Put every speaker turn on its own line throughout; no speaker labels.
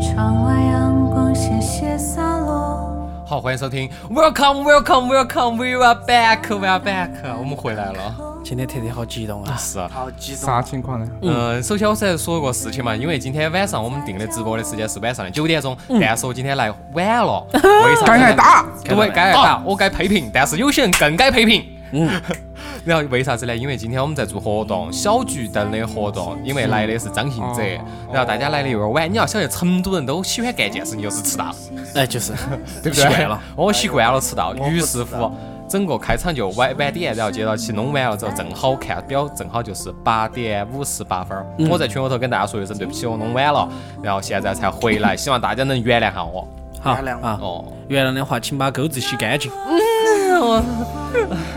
窗外阳光斜斜洒落，
好，欢迎收听，Welcome Welcome Welcome We are back We are back，我们回来了。
今天特特好激动啊！
是啊，
啥情况呢？
嗯，首先我是来说个事情嘛，因为今天晚上我们定的直播的时间是晚上的九点钟，
嗯
但是我今天来晚 了，为啥？
该挨打，
对，该挨打，我该批评，但是有些人更该批评。嗯， 然后为啥子呢？因为今天我们在做活动，小桔灯的活动，因为来的是张信哲，
哦
然后大家来的有点晚。你要晓得，成都人都喜欢干一件事情，就是迟到。
哎，就是，
对不对？
习惯了，
我习惯了迟到，于是乎整个开场就晚晚点，然后接到起弄完了之后，正好看表，正好就是八点五十八分儿。我在群后头跟大家说一声对不起，我弄晚了，然后现在才回来，希望大家能原谅下我。
好啊。
哦，
原谅的话，请把钩子洗干净。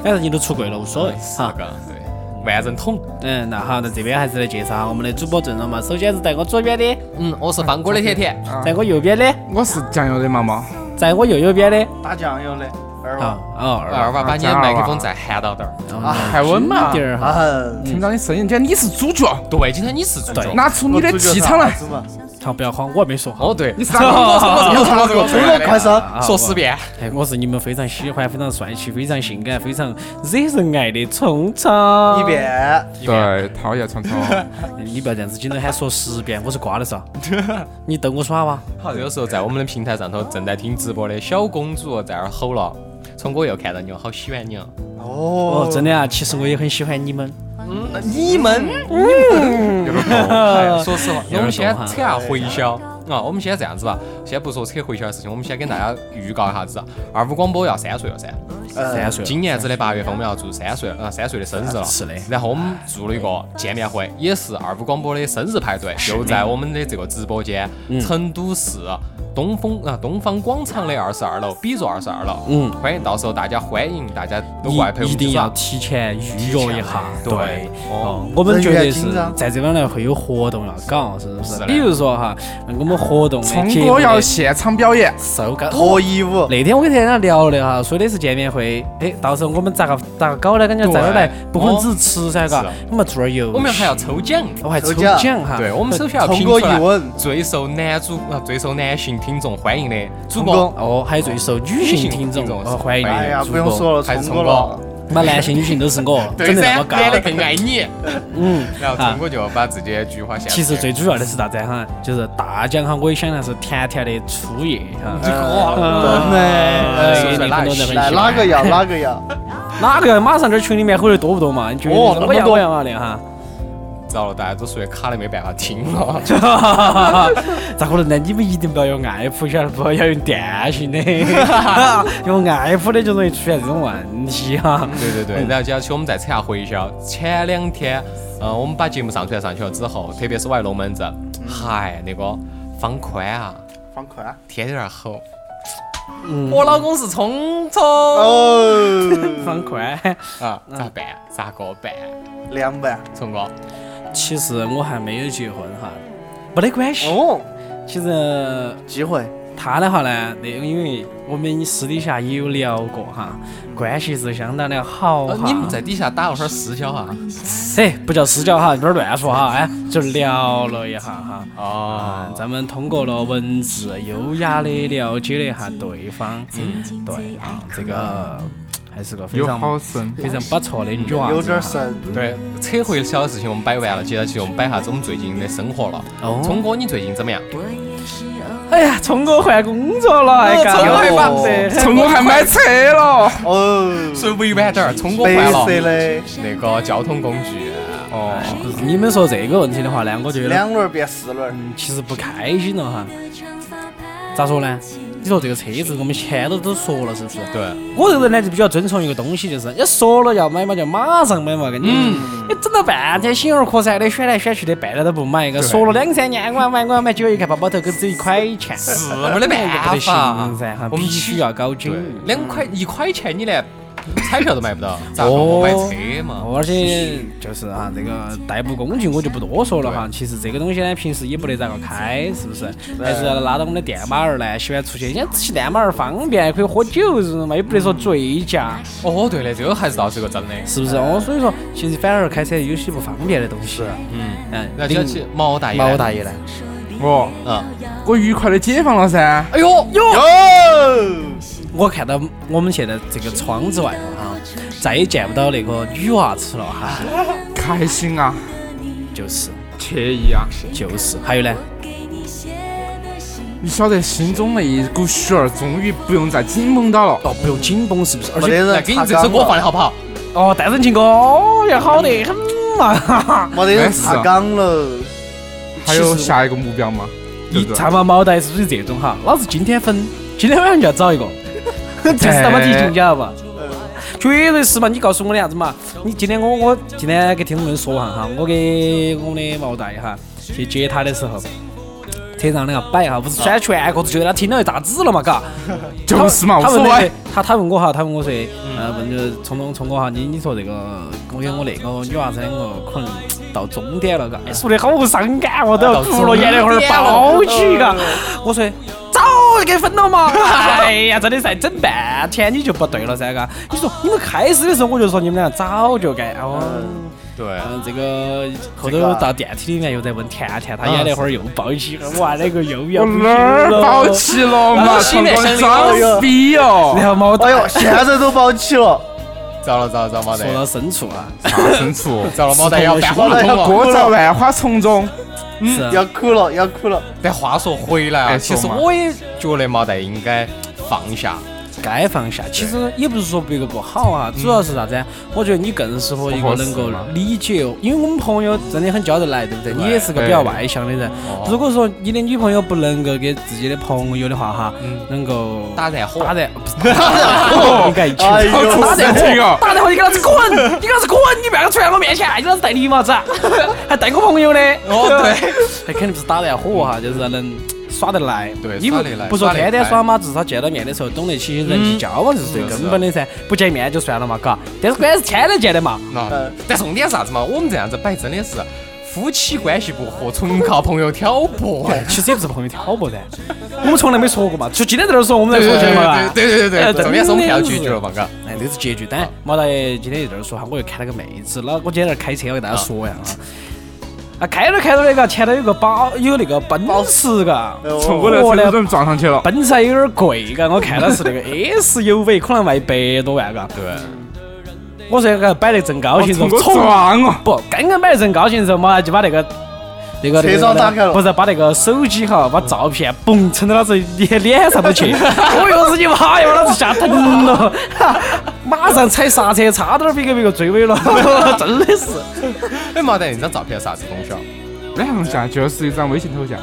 反正你都出柜了，无所谓。
是
好，
个对，万人桶。
嗯，那好，那这边还是来介绍下我们的主播阵容嘛。首先是在我左边的，
嗯，我是放歌的甜甜，
在我右边的，
我是酱油的毛毛，
在我右右边的。
打酱油的二
好
娃。，
哦，
二娃把你的麦克风再喊到点儿。
还稳嘛
第？二哈。
啊，
听到你声音，觉得你是主角，
对，今天你是主角。
拿出你的气场来。
好，不要慌，我还没说好。
哦，对，你
你是哪个？
快手，
说十遍。
哎，我是你们非常喜欢、非常帅气、非常性感、非常惹人爱的聪聪。
一，遍，
对，讨厌聪聪，
哎你不要这样子，今天喊说十遍，我是瓜的噻。你逗我耍哇？
好，这个时候在我们的平台上头正在听直播的小公主在那儿吼了，聪哥又看到你了，好喜欢你哦。
哦，真的啊，其实我也很喜欢你们。
你们，哎说实话，那我们先
呃有点
扯下回销啊。我们先这样子吧，先不说扯回销的事情，我们先跟大家预告一下子，二五广播要三岁了噻。
嗯呃哎
三岁了。
今年子的八月份我们要做三岁，呃，三岁的生日了。
啊是的嗯
然后我们做了一个见面会，也是二五广播的生日派对，就在我们的这个直播间，
嗯
成都市东风啊东方广场的二十二楼，B 座二十二楼。
嗯
欢迎到时候大家欢迎大家都过来陪我
一
们
一定
去耍
要提前预约一下，
对哦
哦，我们绝对
人员
是
紧张
在这方面会有活动要搞，是不
是
是
的？
比如说哈，我们活动的
聪
节目
哥要
的
现场表演，
收购。
脱衣舞，
那天我跟大家聊的哈，说的是见面会，哎，到时候我们咋个咋个搞呢？感觉在这儿来
对
不可能只是吃噻，嘎
是啊，
我们做点游戏，
我们还要抽奖。
我哦还抽
抽奖
奖哈，
对，我们首先要
通
评出
过一
来
吻，
最受男主啊最受男性听众欢迎的主播，
哦，还有最受女性听众
女性听众
哦欢迎
哎
哎呀，
的主
不用
播，
说了，
还是
聪
聪
哥
哥
了，。
妈男性女性都是我，
对
整得那
噻
么，高，
男的更爱你。
嗯，
然后
啊
通过就把自己的菊花献。
其实最主要的是啥子哈？就是大奖哈，我也想的是甜甜的初夜哈。
哇，
真
哎
的，
是
你很多人很喜
来
欢
哪个要哪个要，
哎哪个要马上这群里面吼的多不多嘛？你觉得
哦
我
那么
要
多
我要啊的哈？
糟了，大家都属于卡的没办法听 了。
咋可能呢？你们一定不要用爱普，晓得不？要用电信 的，用爱普的就容易出现这种问题哈。
对对对，然后接下去我们再扯下回销。前两天，嗯、我们把节目上传上去了之后，特别是我在龙门阵，嗨，那个方宽啊，
放宽，
天天在那儿吼。
嗯
我老公是聪聪
哦，
放宽，
啊，咋办？咋个办？
凉拌，
聪哥，
其实我还没有结婚哈，没得关系。
哦，
其实
机会，
他的话呢，那因为我们私底下也有聊过哈，关系是相当的好
呃
哈。
你们在底下打了会儿私交啊？
哎，不叫私交哈，有点乱说哈，哎，就聊了一下哈。
哦
啊，咱们通过了文字优雅的了解了一下对方，嗯，对啊，这个还是个非
有
常
好声，
非常不错的女娃子，
有点，神，
对，扯回小的事情我们摆完了，接下去我们摆下子我们最近的生活了。
哦
聪哥，你最近怎么样？
哎呀，聪哥换工作了，哎，
哦聪哥
干
还
嘛
把
子？
聪哥还买车了，
哦，
是委婉点儿，聪哥换
白
了
色的，
那个交通工具。哦，
你们说这个问题的话呢，我觉得嗯
两轮变四轮，
其实不开心了哈。咋说呢？你说这个车子，我们前头都说了，是不是？
对，
我这个人呢就比较遵从一个东西，就是一说了要买嘛，就马上买嘛，跟你。
嗯
你整了半天，形而扩散的，选来选去的，半天都不买一个。说了两三年，我要买，我要买，结果一看包包头跟只有一块钱，是
是呃没得办法
行噻，哈，，
我们
必须要搞
对
紧。
两块一块钱你连彩票都买不到，咋不买车嘛？
哦而且就是啊，这个代步工具我就不多说了哈。其实这个东西呢，平时也不得咋个开，是不是？还是要拉到我们的电马儿来，喜欢出去，人家骑电马儿方便，可以喝酒是嘛，也不得说醉驾，
哦，对的，这个还是倒是个真的。
是不
哎
是？哦，所以说其实反而开车有些不方便的东西。
嗯，
嗯，
然后就
领
起毛大爷，
毛大，爷呢？
我
嗯，
我愉快的解放了噻。
哎呦哟，
我看到我们现在这个窗子外头哈，再也见不到那个女娃子了哈，
开心啊，
就是
惬意啊！
就是，还有呢，
你晓得心中那一股旋儿终于不用再紧绷到了。
哦，不用紧绷是不是？而
没
且
得
来
人
给你
查
这首
岗
歌放的
了，
好不好？
哦，单身情歌哦，要好
嗯
得很 嘛，哈哈。
没得人
没事
查岗了。
还有下一个目标吗？对
一
不对
查嘛毛带是不是这种哈？老子今天分，今天晚上就要找 一个， 这是他妈提醒你好吧？
哦
绝对是嘛！你告诉我的啥子嘛？你今天我我今天给听众们说哈哈，我给我们的毛带哈去接他的时候，车上两个摆哈，不是转全国都觉得他听了一大子了嘛，嘎。
就是嘛，无
他
所
问
谓
的。他他问我哈，他问我说，呃，问就是聪聪聪哥哈，你你说这个，我跟我那个女娃子两个可能到终点了，嘎，哎说的好伤感，我都要哭了，眼泪花儿
哦
爆
嗯
起，嘎。我说早就给分了 嘛，哎呀，真的噻，整半天你就不对了噻，嘎。你说你们开始的时候我就说你们俩早就该哦。
对，
嗯，这个后
这个
头
啊
到电梯里面又在问甜甜，他眼泪花儿又爆起，哇，那个又要
我
不行
哪儿
了
包起了嘛？
心
成
里
功
想
装逼哦！
然后嘛，我
哎呦，现在都包起了，
糟了糟了糟了，
哎
毛大
说到
爷，
深处啊，
深处，
糟了毛大爷要犯
石
话
头
我
筒
要
了。
过早万花丛中，嗯
是啊
要哭了，要哭了。
但话说回来啊，
哎
其实
说嘛
我也觉得毛大爷应该放下，
该放下。其实也不是说别个不好啊，主要是啥子啊？我觉得你更适合一个能够理解，因为我们朋友真的很交得来，对不对？哦你也是个比较外向的人。如果说你的女朋友不能够给自己的朋友的话哈，能够
打燃火，
嗯打燃，不是打燃火，应该一起。
哎
好
呦，
出
打
事情
火
哦！
打燃火，你给老子滚！你给老子滚！你不要出来我面前，你老子带你嘛子啊， 还带我朋友呢。
哦对，
还肯定不是打燃火哈，就是能耍得来。
嗯对
你
耍
不
得来
不说
耍得
天天
开嗯
耍嘛，至少见到面的时候懂得起人际交往，这是最
是
根本的噻。不见面就算了嘛，嘎。但是关键是天天见的 嘛，
那
嗯
但重点是啥子嘛？我们这样子摆真的是夫妻关系不和，纯靠朋友挑拨。
其实也不是朋友挑拨噻。我们从来没说过嘛，就今天在这儿说，我们
对
在说去了嘛。
对对对对
哎
对，重点是我们要聚
真
局
的是
了嘛，嘎。
哎，这是结局。当然，毛大爷今天就在这儿说哈，我又看了个妹子，老我今天在这儿开车，我给大家说一下啊。啊，开着开着那个前头有个宝，有那个奔驰嘎，
哎呦
从我的车子上撞上去了。
奔驰还有点贵嘎，我看到是那个 SUV，可能卖百多万嘎。
对，
我说个摆得正高兴，
从
说
我
冲
啊
撞我，
不，刚刚摆得正高兴的时候，马上就把那 个那个那个
车
那
窗
个
打开了
不是把那个手机哈，把照片嘣撑到老子脸脸上头 去，我又是你妈呀，把老子吓疼了，哈马上踩刹车，差点儿别给别个追 尾了，真的是。
哎，毛蛋那张照片啥子东西啊？
那样下就是一张微信头像。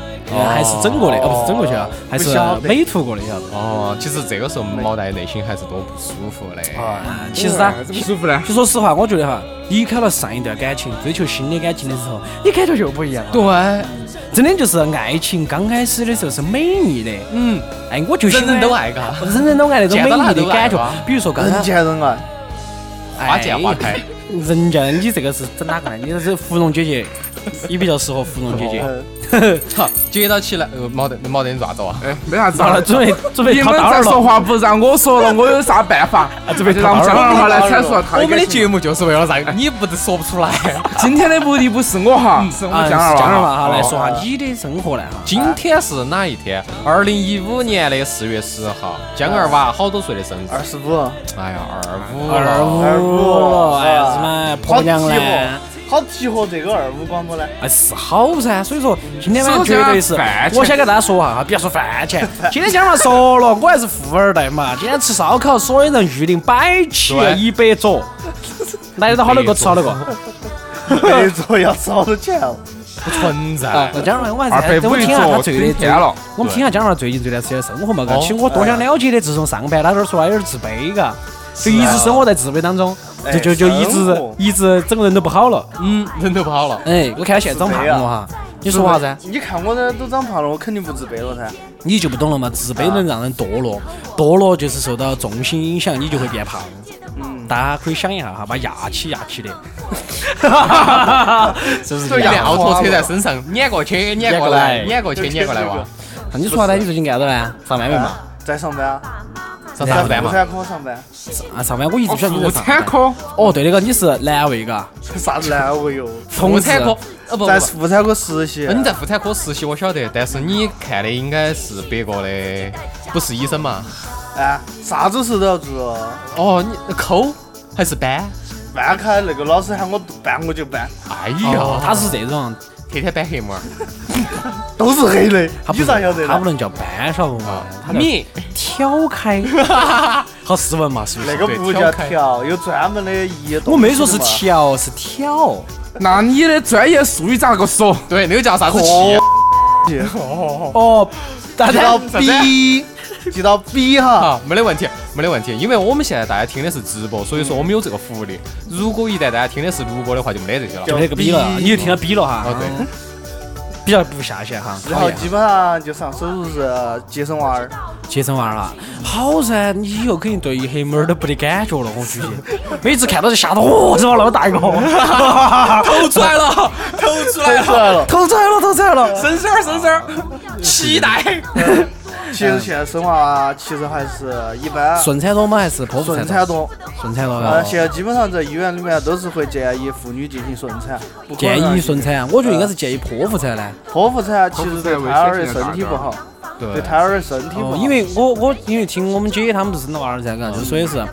还是整过的，哦，不是整过去啊，还是
不晓得
美图过啊的，晓得吧？
哦，其实这个时候毛蛋内心还是多不舒服的。
嗯
其实啊
哎，这么舒服呢？
就说实话，我觉得哈，离开了上一段感情，追求新的感情的时候，你感觉就不一样了。
对，
真的就是爱情刚开始的时候是美丽的，
嗯，
哎，我就喜
人
欢
人都，爱嘎，
人人都爱那种
见
美
到哪
丽
都
的
爱啊
感觉
哇。
比如说刚
人
刚
见人爱，
花见花开，
人家你这个是整哪个呢？你这是芙蓉姐姐，你比较适合芙蓉姐
哦
姐。
嗯
好，接到起来，呃，毛蛋毛蛋你咋子啊？
哎，没啥子
咋
啊
了？。准备准备
你
掏
们
刀
在
儿
说
了？
话不让我说了，我有啥办法？
准备
就
掏
让
刀
张
儿了？
二娃来阐述他
我们的
感情
节目就是为了让你不是说不出来。
今天的目的不是我哈，是我
啊，
们
江
江
二
二娃。
娃哈，来说
哦。
下你的生活来哈。
今天是哪一天？二零一五年的四月十号，江二娃好多岁的生日？
二十啊五，
哎呀，二五了
二五
二
了，
五
哎呀妈，婆
好
娘
契
呢
合？，好契合这个二五广播呢。
哎，是好噻，所以说今天晚上绝对是
首先饭。钱
我先给大家说哈，不要说饭钱，今天江娃说了，我还是富二代嘛。今天吃烧烤，所有人预定摆起
对
一百桌，来到好多个吃好多个。
没错，要烧了钱了。
不存
啊
在。，
那江二，我
二
还
百
是
五
我
一
听下他
桌
最的
顶
最
天，了，
我们听下江二最近最段时间的生活嘛，嘎，
哦
其实我多想了解的，自从上班，他那儿说他有点自卑，嘎，就一直生活在自卑当中，
哎
就就就一
生
直
活
一直整个人都不好了。
嗯， 人都不好了。
哎，我看他现在长胖了哈，你说啥子啊？
你看我这都长胖了，我肯定不自卑了噻。
你就不懂了嘛，自卑能让人堕落，堕落就是受到重心影响，你就会变胖。
嗯，
大家可以想一下哈，把压起压起的，是不是
就
这样？
辆拖车在身上碾过去，碾过来，碾过去，碾过来哇！
那你说啥子？你最近干啥子呢？上班没嘛？
在上班啊，
上上班
妇
嘛，
产科上班，
啊，上班我一直不晓得你
妇
在上班
产。科，
哦，对那个你是男卫嘎，
啥子呢？我哟，
同
妇
志
产科，呃不不
在
不，
妇产科实习
呃。你在妇产科实习我晓得，但是你看的应该是别个的，不是医生嘛？
哎，啥子事都要做，
哦，你抠还是搬？
搬开那个老师喊我搬我就搬，
哎
哦
呀，，
他是这种，
天天搬黑幕儿
都是黑的
他，不
你咋晓得
他不
的？
能叫班，晓得不嘛
啊？
他，叫
你
挑开，好斯文嘛，是不
那
是？
个
对
不
挑
叫
开
调，有专门的移动。
我没说是
啊
挑，是挑。
那你的专业术语咋个说？
对那个叫啥子气？
哦，大
记
家
到 B，记到 B 哈。
啊，没得问题，没得问题，因为我们现在大家听的是直播，所以说我们有这个福利。如果一旦大家听的是录播的话，就没得这些了。
就那个逼了，你就听到逼了哈。
哦，对，
比较不下线哈，
然
讨
后
厌
基本上就上手术室接生娃儿，
接生娃儿了。好噻，你以后肯定对于黑猫儿都不得感觉了，我估计。每次看到就吓得，哦，怎么那么大一个？头出来了，
抠出来
出来了。
头出来了，头出来了。
生生儿，生生儿，期待。
其实现在生娃其实还是一般，啊
顺产多吗？还是剖腹
顺
产哦
产
多？
多。
顺产多
呃，
嘎。
现在基本上在医院里面都是会建议妇女进行顺产，不可能
建
让
议
你
顺产，我觉得应该是建议剖腹产呢。
剖腹产，其实对胎儿的身体不好，对
对，
胎儿的身体不好
哦，，因为我我因为听我们姐他们不是生了娃儿噻，嘎，就所以是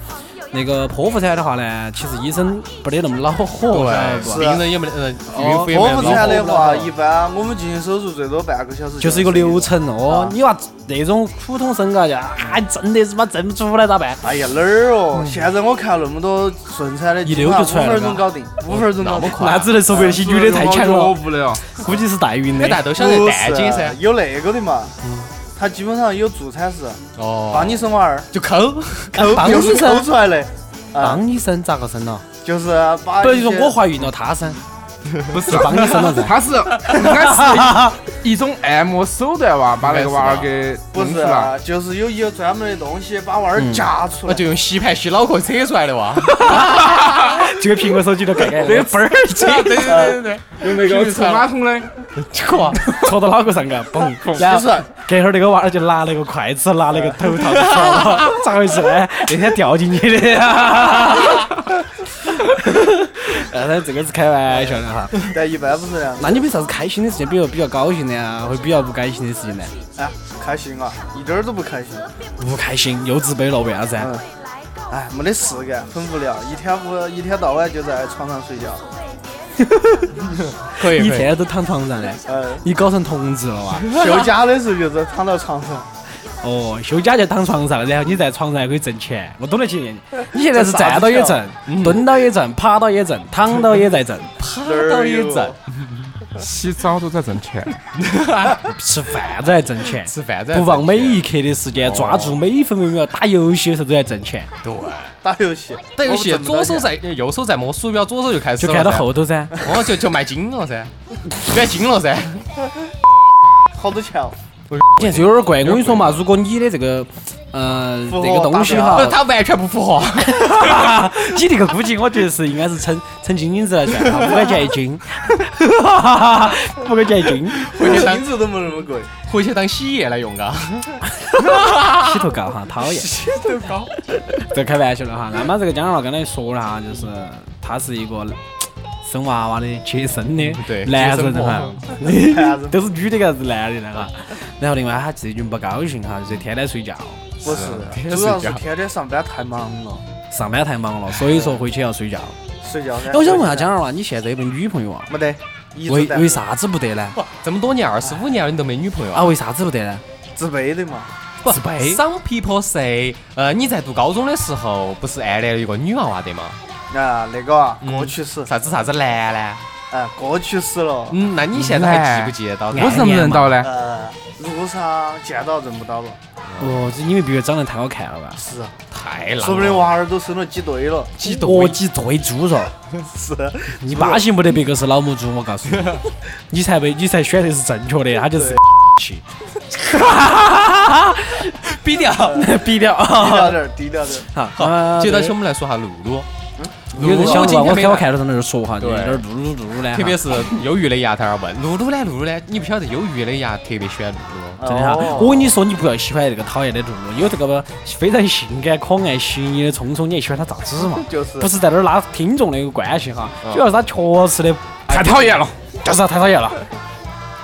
那个剖腹产的话呢，其实医生不得那么恼火，
对，
晓得不？
病人也没得，呃，孕妇也没
剖
得
腹
恼
产
火。
的话，一般我们进行手术最多半个小时，
就是一个流。程哦，你娃那种普通生嘎就啊，真的是妈挣不出来咋办？
哎呀，哪儿哦！现在我看那么多顺产的，
嗯一溜就出来了嗯
五分钟搞定，五分钟搞定。
那只能说明那些女的太强
我
了，
不了，
估计是代孕
哎，大家
的。
都晓得
不
蛋姐噻
是，。有那个的嘛，
嗯
他基本上有助产士
哦，
帮你生娃儿，
就抠。
哎帮
就
你
是抠
生，
出来的，啊，
帮你生咋个生了？
就是啊把
不
一
是说
些
我怀孕了，他生，
不是
就。帮你生了噻。
他是应该是一一种按摩手段吧，把那个娃儿给
不
弄
是
出来。
啊，就是有一个专门的东西把娃
嗯
儿夹出
那
啊
来，
就用吸盘吸脑壳扯出来的哇！
就跟苹果手机都盖盖，那个嘣儿
对对对对对，
用那个冲马桶的，
哇，
戳到脑壳上嘎，嘣，
就
然
是
后隔会儿那个娃儿就拿那个筷子，拿那个头套就戳了，咋回事呢？那天掉进去的。当然，这个是开玩笑的哈。
但一般不是这样的。
那你有没有啥子开心的事情？比如比较高兴的啊，或者比较不开心的事情呢？
哎，开心啊，一点儿都不开心。
不开心，又自卑了，为啥子啊？
嗯，哎，没得事干，很无聊，一天不一天到晚就在床上睡觉。
可以
你
可
天
以。
天都躺床上的，
呃，
你搞成同志了哇？
休假的时候就是躺到床上，
哦，休假就躺床上，然后你在床上还可以挣钱，我懂得起。你现在是嗯站到也挣，蹲到也挣，趴到也挣，躺到也在挣，
哪 儿有？
哎
在
洗澡都在挣钱。
吃饭都在挣钱，
吃饭在
不忘每一刻的时间，抓住每一分每秒，打游戏的时候都在挣钱，
对。
打游戏，
打游戏
我，挣不
左
到
手
钱
在，右手在摸鼠标，左手就开始
就
了
看到
噻，
后头 噻。
哦，就就卖金了噻，买金了噻。
好多钱哦。
现在就有点怪，我跟你说嘛，如果你的这个，呃，
符合
这个东西
达
哈
不，他完全不符合。
你这个估计，我觉得是应该是称称斤斤子来算哈，五块钱一 斤，五块钱一斤，
回去当
金子都没那么贵，
回去当洗液来用嘎。
洗头膏哈，讨厌，
洗头膏。
这开玩笑的哈。那么这个江老刚才说了哈，就是他是一个生娃娃的接生的
对
男
接生
人
婆
哈，
男 人
都是女的嘎，是男的那个。然后另外他最近不高兴哈，就是天天睡觉，
不
天
是，
天
主要
睡
是
觉
天天上班太忙了，
上班太忙了，所以说回去要睡觉。
睡觉噻。
哎我想问下江老啊，你现在有没有女朋友啊？
没得，一直
为
在
为啥子不得呢？
哇这么多年，二十五年了，你都没女朋友
啊，？为啥子不得呢？
自卑的嘛？
不
自卑
，Some people say，呃，你在读高中的时候不是暗恋了一个女娃娃的吗？
啊，那个啊，
嗯
过去式，
啥子啥子男呢？
哎，过去式了。
嗯，那你现在还记不记得到？
嗯我认不认到呢？
呃，路上见到认不到了，
哦，这你们比我长得太好看了吧？
是，啊
太
哎
烂
说不定
了。
娃儿都生了几对了。
几多几堆猪肉，
是，啊
你巴信不得别个是老母猪，我告 诉你，你才被你才选的是正确的，他就是
对
去， 逼掉，逼 掉
低调
啊！
点儿，低调点儿。
好
接到起我们来说下露露，
有人想
我今
法，
天
我
没
看我
来
看到他在那儿说哈，就
对
有点儿露露露露呢，
特别是忧郁的牙，他那儿问露露呢，露露呢？你不晓得忧郁的牙特别喜欢露露。
真的哈
哦，
我跟你说，你不要喜欢那个讨厌的露露，有这个非常性感、可爱、吸引你的聪聪，你还喜欢他咋子嘛？
就是
不是在那儿拉听众的一个关系哈，
嗯
主要是他确实的
太讨厌了。
就是太讨厌了，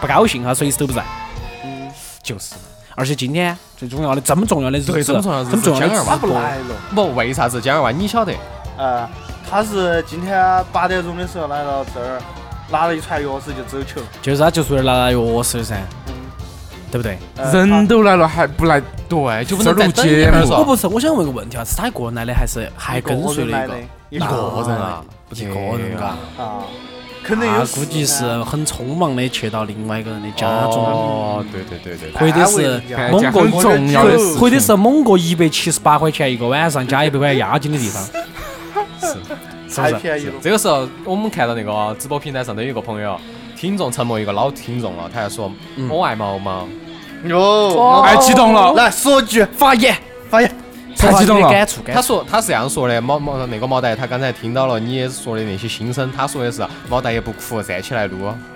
不高兴哈，随时都不在。
嗯
就是，而且今天最重要的这么重要的日子，
对这么重要的日子
这么重要的
江二
他
娃
直
不
播，
来了。
不，为啥子江二娃你晓得？
呃，他是今天八点钟的时候来到这儿，拿了一串钥匙就走球。
就是他就是拿钥匙的噻，
嗯，
对不对？
呃
人都来了还不来？
对，就不
这
能再
录
等
节
一会儿
目
说
我不是，我想问个问题啊，是他一个人来的，还是还
他一
跟
个
随
人
了一
来的
个？，
一
一
个
个人啊，
一个人嘎，
啊，肯定
那
有哎
估计
事
是
呢
很匆忙的去到另外一个人的家中，
哦，对对对对对，
或者
安慰
是
人家
某个
很重要的事情
或者是某个一百七十八块钱一个晚上加一百块钱押金的地方，是
太
不是？
便宜了。
这个时候我们看到那个直播平台上头有一个朋友，听众沉默一个老听众啊了，他还说
嗯
我爱毛毛，
哟，
哎，激动了，
来说句
发言，
发言，
太激动
说话你的
了。
感 触，感
他
触
说他是这样说的，毛毛那个毛蛋，他刚才听到了你说的那些心声，他说的是毛蛋也不哭，站起来哦撸。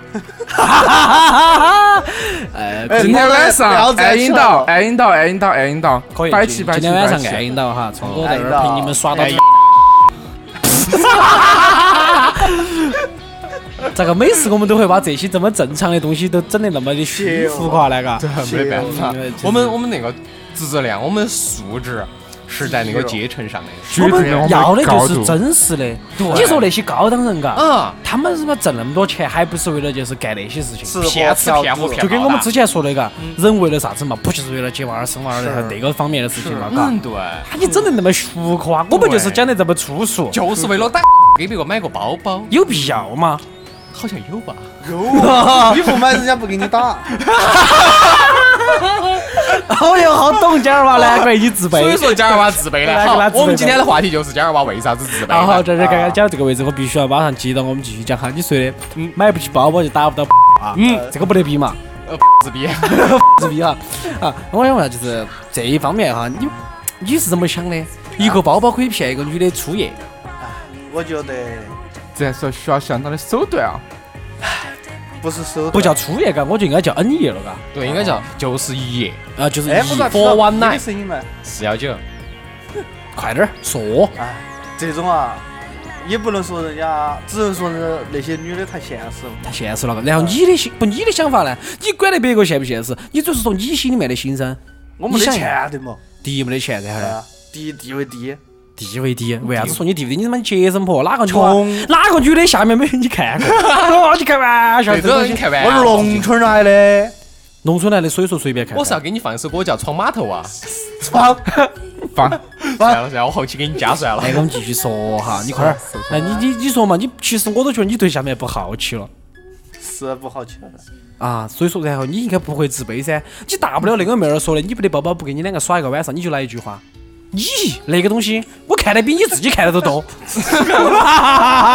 哎，
哎
今天晚
不要
上哎
再
爱
扯
引导，爱引导，爱引导，爱引导，
可以，
摆起
今
摆
今
起
天晚
摆
上
起。
暗引导哈，聪哥在
暗
这
引
儿
导
陪你们耍到
暗引。
这个每次我们都会把这些这么正常的东西都整得那么的虚浮化来，嘎。
啊
没办法
嗯就是
我们我们那个质量，我们素质是在那个阶层上的。
绝
啊我
对
们要
我
的
们
就
高
是
度
真实的。
对
你说那些高档人，嘎，
嗯，
他们是不是挣那么多钱，还不是为了就是干那些事情？
是
骗吃骗喝骗
就跟我们之
己
前说的，嘎，人为了啥子嘛？不就是为了结娃儿、生娃儿的还有那个方面的事情嘛，嘎
嗯。对，
啊你整得那么浮夸，我们就是讲得这么粗俗，
就是为了打给别个买个包包，
有必要吗？
好像有吧？
哟，你不买人家不给你打，
好有好懂江儿 娃，难怪你自卑。
所以说，江二娃自卑
来
了。
给他自
好，
卑
我们今天的话题就是江二娃为啥子自卑
然后
呢？
在这刚刚讲到这个位置，我必须要马上接到我们继续讲哈。你说的，买不起包包就打不到啊，
嗯
这个不得比嘛，
呃，自卑。
自逼哈。啊，我想问下，就是这一方面哈，你你是怎么想的？一个包包可以骗一个女的初夜，
我觉得
这时候需要相当的手段啊。
不是手段
不叫初夜嘎，我就应该叫 N 夜了嘎。
对，应该叫哦就是一夜啊
啊，就是
哎，不是
一 for one
你的
night，
声音嘛，
四幺九，
快点儿说。
哎，这种啊，也不能说人家，只能说是那些女的太现实了。
太现实了，嘎。然后你的心不，你的想法呢？你管得别个现不现实？你主要是说你心里面的心声。
我没
你
得
想哎
钱的嘛，
第一没得钱，然后呢？
啊，地地 位低，
地位低，为啥子说你地位低？你他妈节省婆，哪个女
穷
娃哪个女的下面没有你看 过？哦你开玩笑，
这
这
个
东
你
西
看完
我是
了。
农村来的，
农村来的，所以说随便看。
我是要给你放一首歌叫《闯码头》 啊！
操，
放，
算了算了，我后期给你加算了
哎来，。我们继续说哈，你快 点儿，来你你你说嘛，你其实我都觉得你对下面不好奇了。
是不好听。
啊，所以说，然后你应该不会自卑噻。你大不了那个妹儿说的，你不得包包不给你两个耍一个晚上，你就来一句话，你那个东西，我看的比你自己看的都多。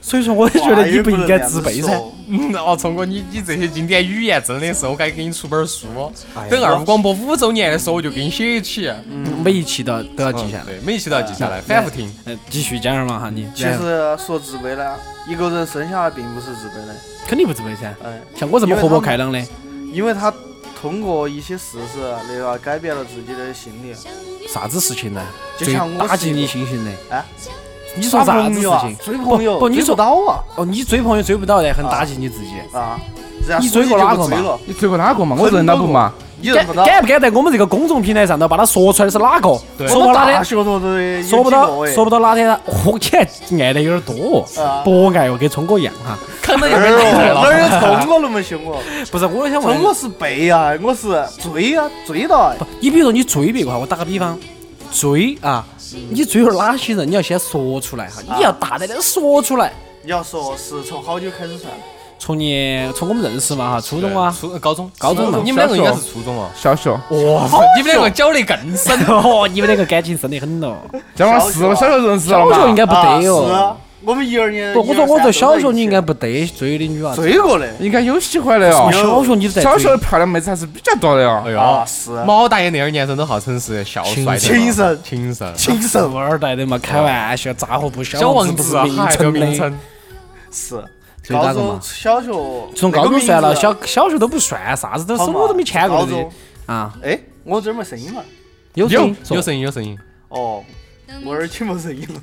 所以说，我就觉得你不应该自卑噻。
嗯，哦，聪哥，你你这些经典语言真的是，我该给你出本书。哦
哎
等二五广播五周年的时候，我就给你写一期。啊
每一期都都要记
嗯
下来。
对，每一期都要记下来，反复听。
嗯，继续讲点嘛哈，你哎
其实说自卑呢，一个人生下来并不是自卑的，
肯定不自卑噻。
嗯，
像我这么活泼开朗的，
因为他通过一些事实，那个改变了自己的心理。
啥子事情呢？
就
最
像我
打
是
击
一个
你心情的。
哎，
你说啥子
朋
事
友啊
情？，
追朋友，
不不你
追
说
不到啊
哦，你追朋友追不到的，很打击你自己。
啊！人家
你追
说
过
就
哪
不
个
追
嘛
了，
你追过哪个嘛？我认到不嘛？
你认
敢
不到。
敢不敢在我们这个公众平台上头把他说出来是哪个？说
我
不
们
到
大
的，
学都都
说不到，说不
不
到哪天他，哦，你还爱的有点多
哎啊，
博爱哟，跟聪哥一样哈。
看到
哪
有
儿
没
有
有？
哪儿有冲我那么凶 我？
不是，我想问
冲，我是背啊，我是追啊，追到啊。
你比如说你追别个哈，我打个比方。追啊！你追了哪些人？你要先说出来哈，你要大胆的说出来，
你要说是从好久开始算，
从你从我们认识嘛哈，初中啊，
初呃高中，
高中嘛
你们两个应该是初中哦。
小学，
哇塞，你们两个搅得更深。
哦， 你们两个感情深得很咯。
这玩意儿是我小学认识的了
小
嘛？
学应该不
啊
得哦，
是我们一二年，
不，我说
12
我
13
在小学
都在一起
你应该不得追的女娃子，
追过的
应该有喜欢的
哦
哦。
小学你都在
小学
追
的，漂亮妹子还是比较多的哦。
哎
啊，
呦，
是
毛大爷那二年生都号称是校帅的
情圣
情圣，
禽兽
富二代的嘛，开玩笑，咋伙不小
小
王
王
子不
子
是
啊，
名
还有
称
名
的。
称，
是啊
追
高
哪个
中
嘛？
小学
从
那个
高中
名字
算
啊
了，小小学都不算，啥子都
好
什
嘛
么都没牵过
啊高
的
中
啊。
哎，我这儿没声音了。
有
有
有
有声音有声音，
哦，我耳机没声音 了。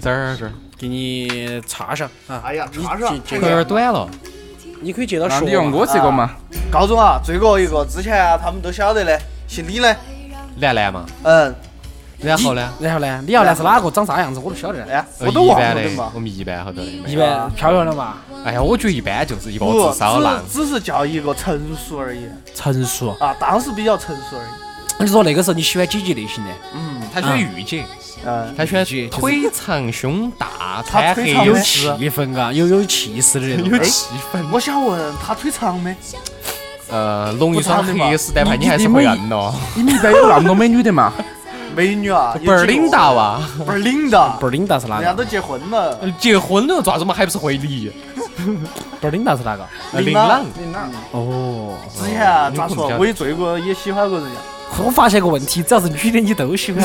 这儿这儿，
给你插上啊！
哎呀，
你
插上
这
有点
个
短了。
你可以接到
那
说
你用我这个嘛？
高中啊，追过一个，之前啊，他们都晓得的。姓李呢，
男男嘛，
嗯，
然后呢？
然后呢，你要来是哪个，长啥样子我都不晓
哎
得。
呀，
呃
我都
一
忘
般
了的
的
嘛，
我。们一般好多的。
一般漂亮的嘛，
哎呀，我觉得一般就是一个
不，
智商男。
只只是叫一个成熟而已
成熟。
啊，当时比较成熟而已。
你说那个时候你喜欢几级类型的？
他喜欢御姐，
嗯，
他喜欢腿 长胸大，穿
他腿
黑
长
有
呗
气，
气氛啊，有有气势的那
有
种。
气氛。
哎我想问他腿长没？
呃，龙一双
不长的嘛
黑丝带牌，
你
你还是
你
会
们
认咯。
你们一般有那么多美女的嘛？
美女啊，
倍儿领大， 哇，
倍儿领的，
不领导是哪
人家
个？
都结婚了。
结婚了咋子嘛，还不是会离？
不领导是哪个？
呃
琳
琳
琅
琅，
琳琅，
哦，
之前啊，
嗯
咋
你
说
不？
我也追过，也喜欢过人家。
我发现个问题，只要是女的你都喜欢。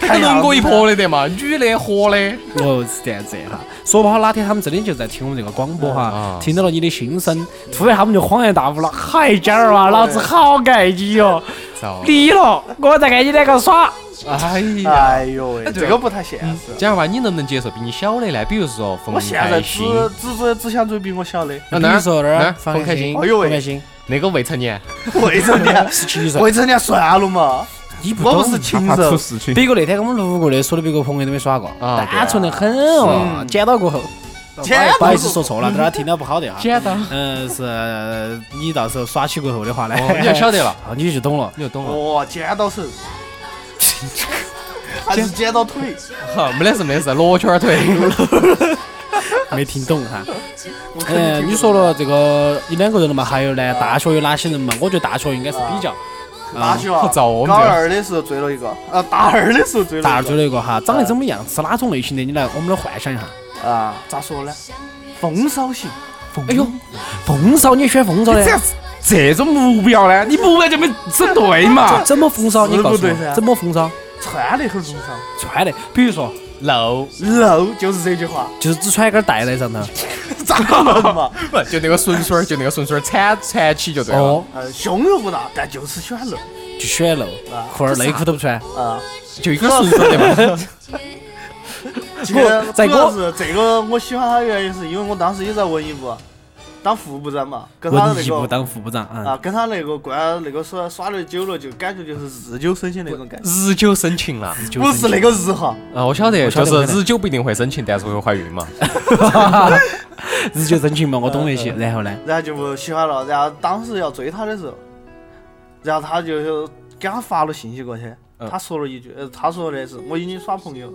他跟龙哥一婆的得嘛，女的活的。
哦，是这样子的哈。说不好哪天他们真的就在听我们这个广播哈
啊，
听到了你的心声，突然他们就恍然大悟了，嗨，姐儿啊，老子好爱你哟，
操！
离了，我在跟你两个耍。
哎呀，
哎呦喂，这个不太现实。
假如吧，你能不能接受比你小的呢？比如说冯
我现在
开
只
心，
只只只想追比我小的。
那
比
那
如
儿
说那
那
儿
儿
方
冯
开
开
心，
心
哎呦喂
方开心，
那个未成年，
未成 年，
十七岁，
未成年算了嘛？
你不
我
懂
们是
怕
禽
怕出
兽，
事 情。
别个那天跟我们路过的，说的别个朋友都没耍过，
啊对啊
单纯的很哦。
嗯
捡到过后，
捡
不好意
到
不好意思
过
说错
嗯
了，大家听到不好的哈。
简单。
嗯，是呃你到时候耍起过后的话呢，
哦，你要晓 得了，
啊你就懂了。
你就懂了。
哇，剪 到手，还是剪到腿，
好，没得事没得事，罗圈 腿。
没听懂哈。
我肯定
嗯，
听
你
不
说
懂
了这个你两个人了嘛，还有呢，大学有哪些人嘛？我觉得大学应该是比较
大学啊
好早我们
高
这
二的时候追了一个，啊，大二的时候追
大
了
二
一
追
个，
了一个哈，长得怎么样？是哪种类型的？你来，我们来幻想一下。
啊，咋说呢？风骚型，
哎呦，风骚，你也喜欢风骚的
这？样子这种目标呢，你目标就没整对 嘛？
啊怎么风骚？你
是不
告诉
对噻
我，怎么风骚？
穿得很风骚，
穿的，比如说，
露，
露就是这句话，
就是只穿一根带在上头。
咋了 嘛？
不就那个笋笋儿，就那个笋笋儿缠缠起就对了。
哦，
呃，胸又不大，但就是喜欢露，
就喜欢露
啊，
裤儿内裤都不穿。
啊。
就一根绳子对 吧？
今天
在
主要
我
是这个，我喜欢他的原因是因为我当时也在文艺部当副部长嘛，跟他
文
那
艺部
个
当副部长
啊，
啊，
跟他那个关那个耍耍的久了，就感觉就是日久生情那种感觉，
日久生情了。
就
不是那个日哈，
啊，我晓得，
晓
就
得我
是
晓得
日久不一定会生情，但是会怀孕嘛。
日久生情嘛，我懂那些。
嗯
然后呢，
然后就不喜欢了。然后当时要追他的时候，然后他就给他发了信息过去，
嗯
他说了一句，呃他说的是我已经耍朋友了，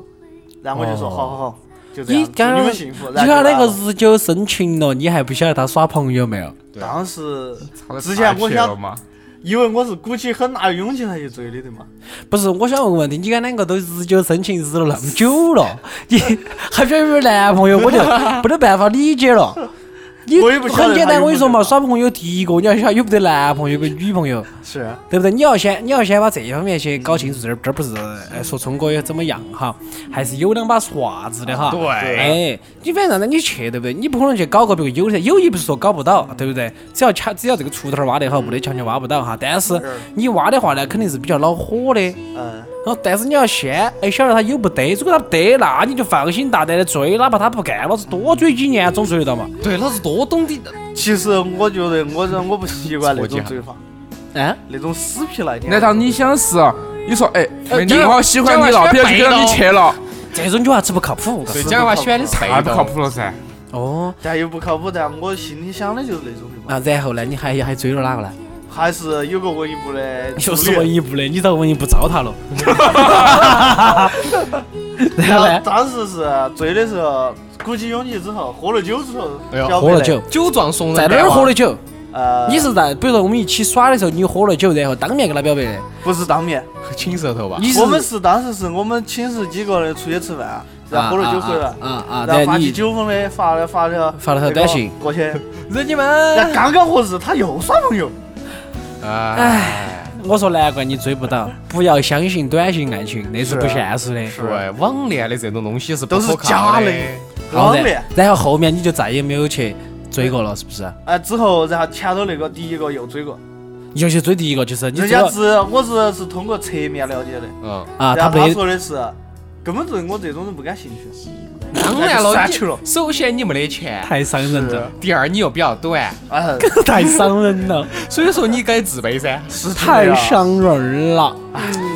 然后我就说
哦
好好好，就这
你
样，祝
刚
你
刚
们
你
幸福。然
看
后就
那个
完了
日久生情了，你还不晓得他耍朋友没有？
当时之前我想，因为我是鼓起很大的勇气才去追的的嘛。
不是，我想问个问题，你看两个都日久生情，日了那么久 了，你还不晓得有男朋友，我就没得办法理解了。你
我也不晓得
很简
他
单，
有
我跟你说
没
嘛，
有
耍朋友第一个你要晓得有没得男朋友跟女朋友，
是，
对不对？你要先你要先把这一方面先搞清楚，这儿这儿不是呃说聪哥又怎么样哈，还是有两把刷子的哈。
啊
对。哎，你反正让他你去，对不对？你不可能去搞个别个友的，友谊不是说搞不到，对不对？只要掐，只要这个锄头儿挖得好，没得墙就挖不到哈。但是你挖的话呢，肯定是比较恼火的。
嗯，
然后，但是你要先哎晓得他有不得，如果他不得，那你就放心大胆的追，哪怕他不干，老子多追几年总追得到嘛。
对，老子多懂的。
其实我觉得我这我不习惯那种追法，
嗯，
那种死皮赖脸。
难道你想是？你说哎，
呃
妹
这
你
样
好喜欢你
这样
了，
是
别去
背
跟
哦
到
你去了，
这种女娃子不靠谱。我告诉
对，
你
讲话选的是被
太不
动
靠。谱了噻。
哦，
但又不靠谱，但我心里想的就是那种的嘛。
那然后呢？你还还追了哪个呢？
还是有个文艺部的助
又
理，
是文艺部的，你咋文艺部糟蹋了？然后
然后
呢？
当时是追的时候，鼓起勇气之后，喝了酒之后，
哎呦
要
喝
没
了
得
酒，，
酒壮怂人，
在哪儿喝的？酒？
呃，
你是在，比如说我们一起耍的时候，你喝了酒，然后当面跟他表白的。
不是当面？
亲舌头吧？
你是
我们是当时是我们寝室几个人出去吃饭，啊然后喝了酒回来，
啊啊，
然后
然后
发起
你
酒疯的发了发了
发了条
那个
短信
过去，
惹你们
然后刚刚合适，他又耍朋友，
哎，
我说难怪你追不到，不要相信短信爱情，那是不现实的。
对，网恋的这种东西是不
都是
可靠
假的
好
网恋
然。然后后面你就再也没有去追过了，是不是？
哎，之后然后前头那个第一个又追过，
你就去追第一个，就是你
人
追
家
了
是我是是通过侧面了解的，
嗯，
啊，
然
他
后他
被
说的是，根本对我这种人不感兴趣。
当然
然了
了，
你
首先你没得钱，
太伤人了，
第二你又比较短，
哎，
太伤人了，
所以说你该自卑噻。
是啊
太
像。
伤人了。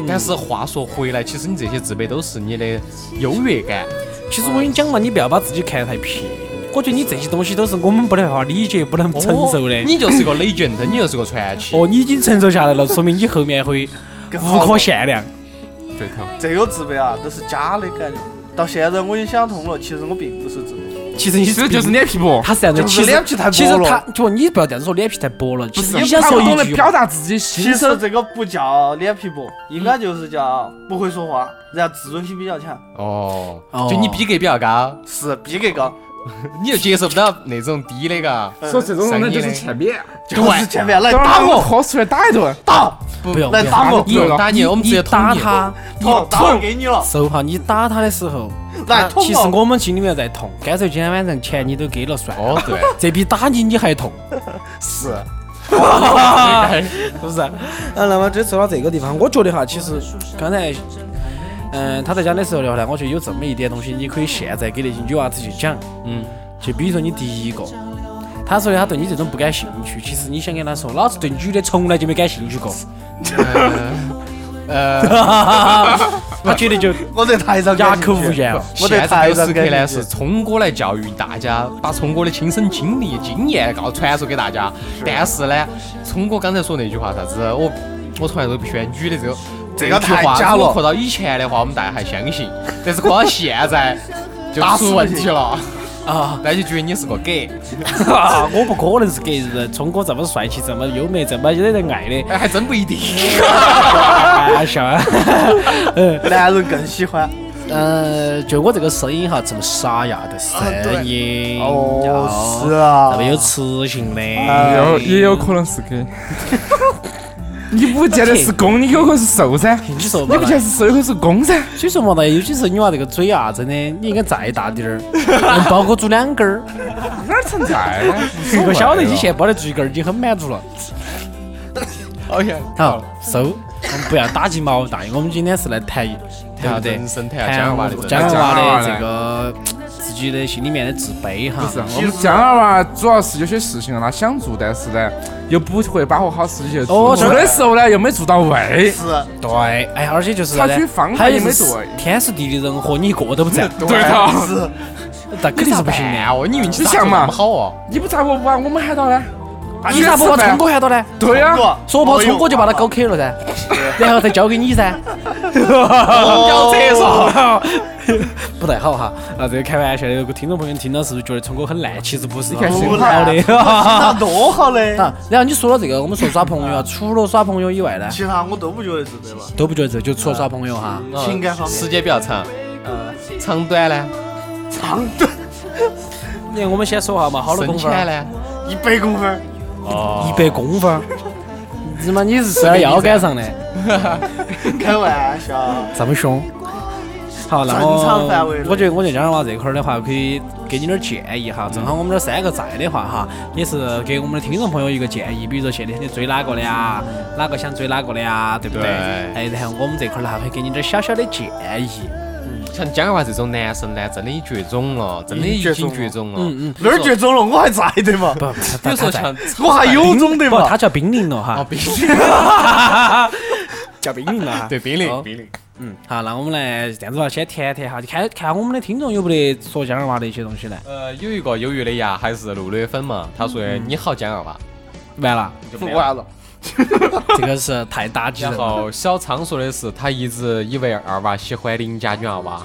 但是话说回来，其实你这些自卑都是你的优越感。
其实我跟你讲嘛，你不要把自己看得太平。我觉得你这些东西都是我们没得办法理解、不能承受的
哦。你就是个 legend，你就是个传奇。
哦，你已经承受下来了，说明你后面会无可限量。
对头，
这个自卑啊，都是假的感觉。到现在我已经想通了，其实我并不是自卑，
其实你
其实就是脸皮薄，
他是这样的，
就是
其实
脸皮太薄了
其实他就你不要这样说，脸皮太薄了。其
不是
实你想说
他不懂得
一句
表达自己
其
心
实
声，
这个不叫脸皮薄，应该就是叫不会说话，然后自尊心比较强，
哦
哦，
就你逼格比较高，
是逼格高，
你又接受不到那种低的嘎。
说这种人呢就是啊欠扁，
就是前面来
等会儿
打
把我
我，
拖出来打一顿，
打
不要不
来
要
打我，
不用打你，我们直接
你
捅
打他，你
我打我给你哦了，
受哈，你打他的时候，
来
他
捅
啊其实
我，
我们心里面在痛，干脆今天晚上钱你都给了算了，
哦，对，
这比打你你 还痛。
是
是不是？嗯，那么就说到这个地方，我觉得哈，其实刚才，嗯、他在讲的时候的话呢，我觉得有这么一点东西，你可以现在给那些女娃子去讲，
嗯，
就比如说你第一个，他说的他对你这种不感兴趣，其实你想跟他说，老子对女的从来就没感兴趣过，
呃，
他觉得就
我在台上
哑口无，言了。
我
现
在
在
台
这个
上
时刻
感
呢，
兴
是
趣
聪哥来教育大家，把聪哥的亲身经历、经验告传授给大家。但是呢，聪哥刚才说那句话啥子，我我从来都不喜欢女的这个。
这个
句话
太假了
如果扩到以前的话，我们大家还相 信，但是扩到现在就出问题 了啊！大家就觉得你是个 gay。
啊我不可能是给人，聪哥这么帅气，这么优美，这么惹人爱的，
哎，还真不一定。
玩笑啊。
男人更喜欢，
呃，就我这个声音哈，这么沙哑的声音，
哦，是
那
啊
么，有磁性的，
有也有可能是给。哎 你不见得是攻，你有可能是受噻。
你说
你
嘛
不，见得是受，有可能是攻噻。
所以说嘛，那尤其是女娃这个嘴啊，真的，你应该再大 点儿，能包裹住两根儿。
哪儿存在呢？
我晓得你现在包得住一根儿，已经很满足了。
哎呀，
好，收，我们不要打击毛蛋，我们今天是来谈，对不对
人？生谈
谈
讲
我
话
们
的，
江
江娃
娃
娃
的
的
这个自己的心里面的自卑哈
不。是，
啊
我们江娃娃主要是有些事情他想做，但是呢，又不会把握好自己去
哦
做。做
这
的时候呢，又没做到位。
是，
对，哎，而且就是啥
他
呢
去放？
还
他
有
也没
就是
对
天时地利人和，你一个都不占，
对啊头，
是，
那肯定是不行的。
哦，你运气
你
咋
像
那
嘛
么好哦？
你不咋不把我们喊到呢？
啊你咋不把聪哥喊到呢？
对啊哎呀，
说不好聪哥就把他搞 K 了噻， 然后再交给你 噻。
搞
厕
哦
所， 不太好哈。啊，这个开玩笑的，有个听众朋友听到是不是觉得聪哥很烂？其实不是，你
看
是
幸
好
好
的。
啊那多好嘞，
啊，然后你说到这个，我们说耍朋友啊，除了耍朋友以外呢，
其他我都不觉得自卑了，
都不觉得这就除了耍朋友哈。
嗯
情感方面
时间比较长，
呃，
长短呢？
长短
你看，我们先说哈嘛，好多
深
公
啊
分
浅
儿，
呢？
一百公分儿，
哦
一百公分儿。他妈你是睡在腰杆上的，
开玩笑，
这么凶。好，那
正常范围
么
内
我觉得我觉得江二娃这块儿的话，可以给你点儿建议哈。正好我们这儿三个在的话哈，也是给我们的听众朋友一个建议，比如说现在你追哪个的呀，哪个想追哪个的呀，对不对？
对
哎，然后我们这块儿的话，会给你点儿小小的建议。
像江娃这种男生呢，真的绝种了，真的已经绝种了。
嗯嗯
哪儿绝种了？我还在对嘛，
不，
比如说
哦他哦
像
在
我还有种对
不，
嘛
他，叫冰凌了
啊，
哈，
冰
叫冰凌了哈。
对冰
哦
凌，冰凌，
好，那我们来这样子吧，先谈一谈哈，看看我们的听众有不得说江二娃的一些东西呢？
呃，有一个忧郁的呀，还是路的粉嘛，他说你好江二娃，
完了，
就没
我
有
完了，
这个是太打击人
然
了。
后小昌说的是，他一直以为二娃喜欢邻家女娃娃，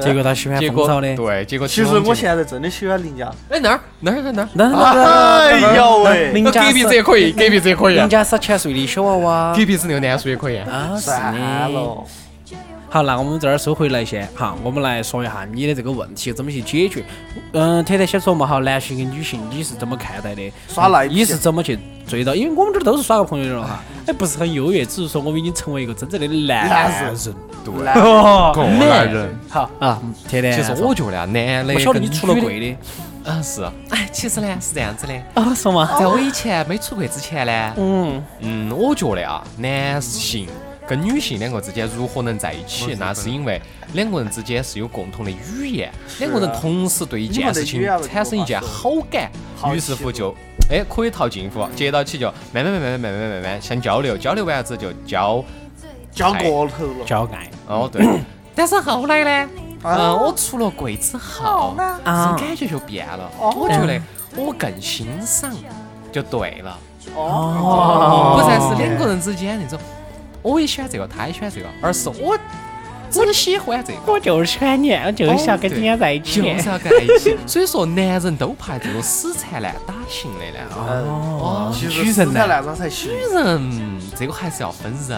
结果他喜欢
结
风
果
骚的，
对，结果
其实
听
我
众
现在真的喜欢林家，
哎哪儿哪儿哪儿哪儿，
那那
哎
那
呦喂
人
那
家
gay
是
这也可以，gay 这也可以
人家是七岁的小娃娃
，gay 是那个男叔也可以。
啊，是
算
的。
了，
好，那我们这儿收回来先，哈，我们来说一下你的这个问题怎么去解决。嗯，特特先说嘛，哈，男性跟女性你是怎么看待的？
耍赖皮
你是怎么去追到？因为我们这儿都是耍个朋友的了 哈，哎，不是很优越，只是说我们已经成为一个真正的 男
男人
人。
来
够男人，
好啊，特特，
其实我觉得啊，男的
不晓得
跟
你
女
出了
的，
柜的
嗯是。哎，其实呢是这样子的，
啊，说嘛，
在我以前没出柜之前呢，
嗯，
嗯，我觉得啊，男性跟女性两个之间如何能在一起，那是因为两个人之间是有共同的语言，两个人同时对一件事情产生一件好感，于是乎就哎可以套近乎，接到起就慢慢慢慢慢慢慢慢慢相交流，交流完了之后就交
交过头了，
叫爱
哦 对。但是后来呢，嗯、
啊
我出了柜之后，
啊哦嗯
这感觉就变了，我觉得我更欣赏就对了。
哦
不再是两个人之间那种，我也喜欢这个，他也喜欢这个，而是我只喜欢这个，
我就是喜欢你，我就是要跟
哦
人家在一
就。
起
是要在一起。所以说，男人都怕这种死缠烂打型的呢。啊
哦
其
女
实死
人呢？
缠烂打才行。
女人这个还是要分人的。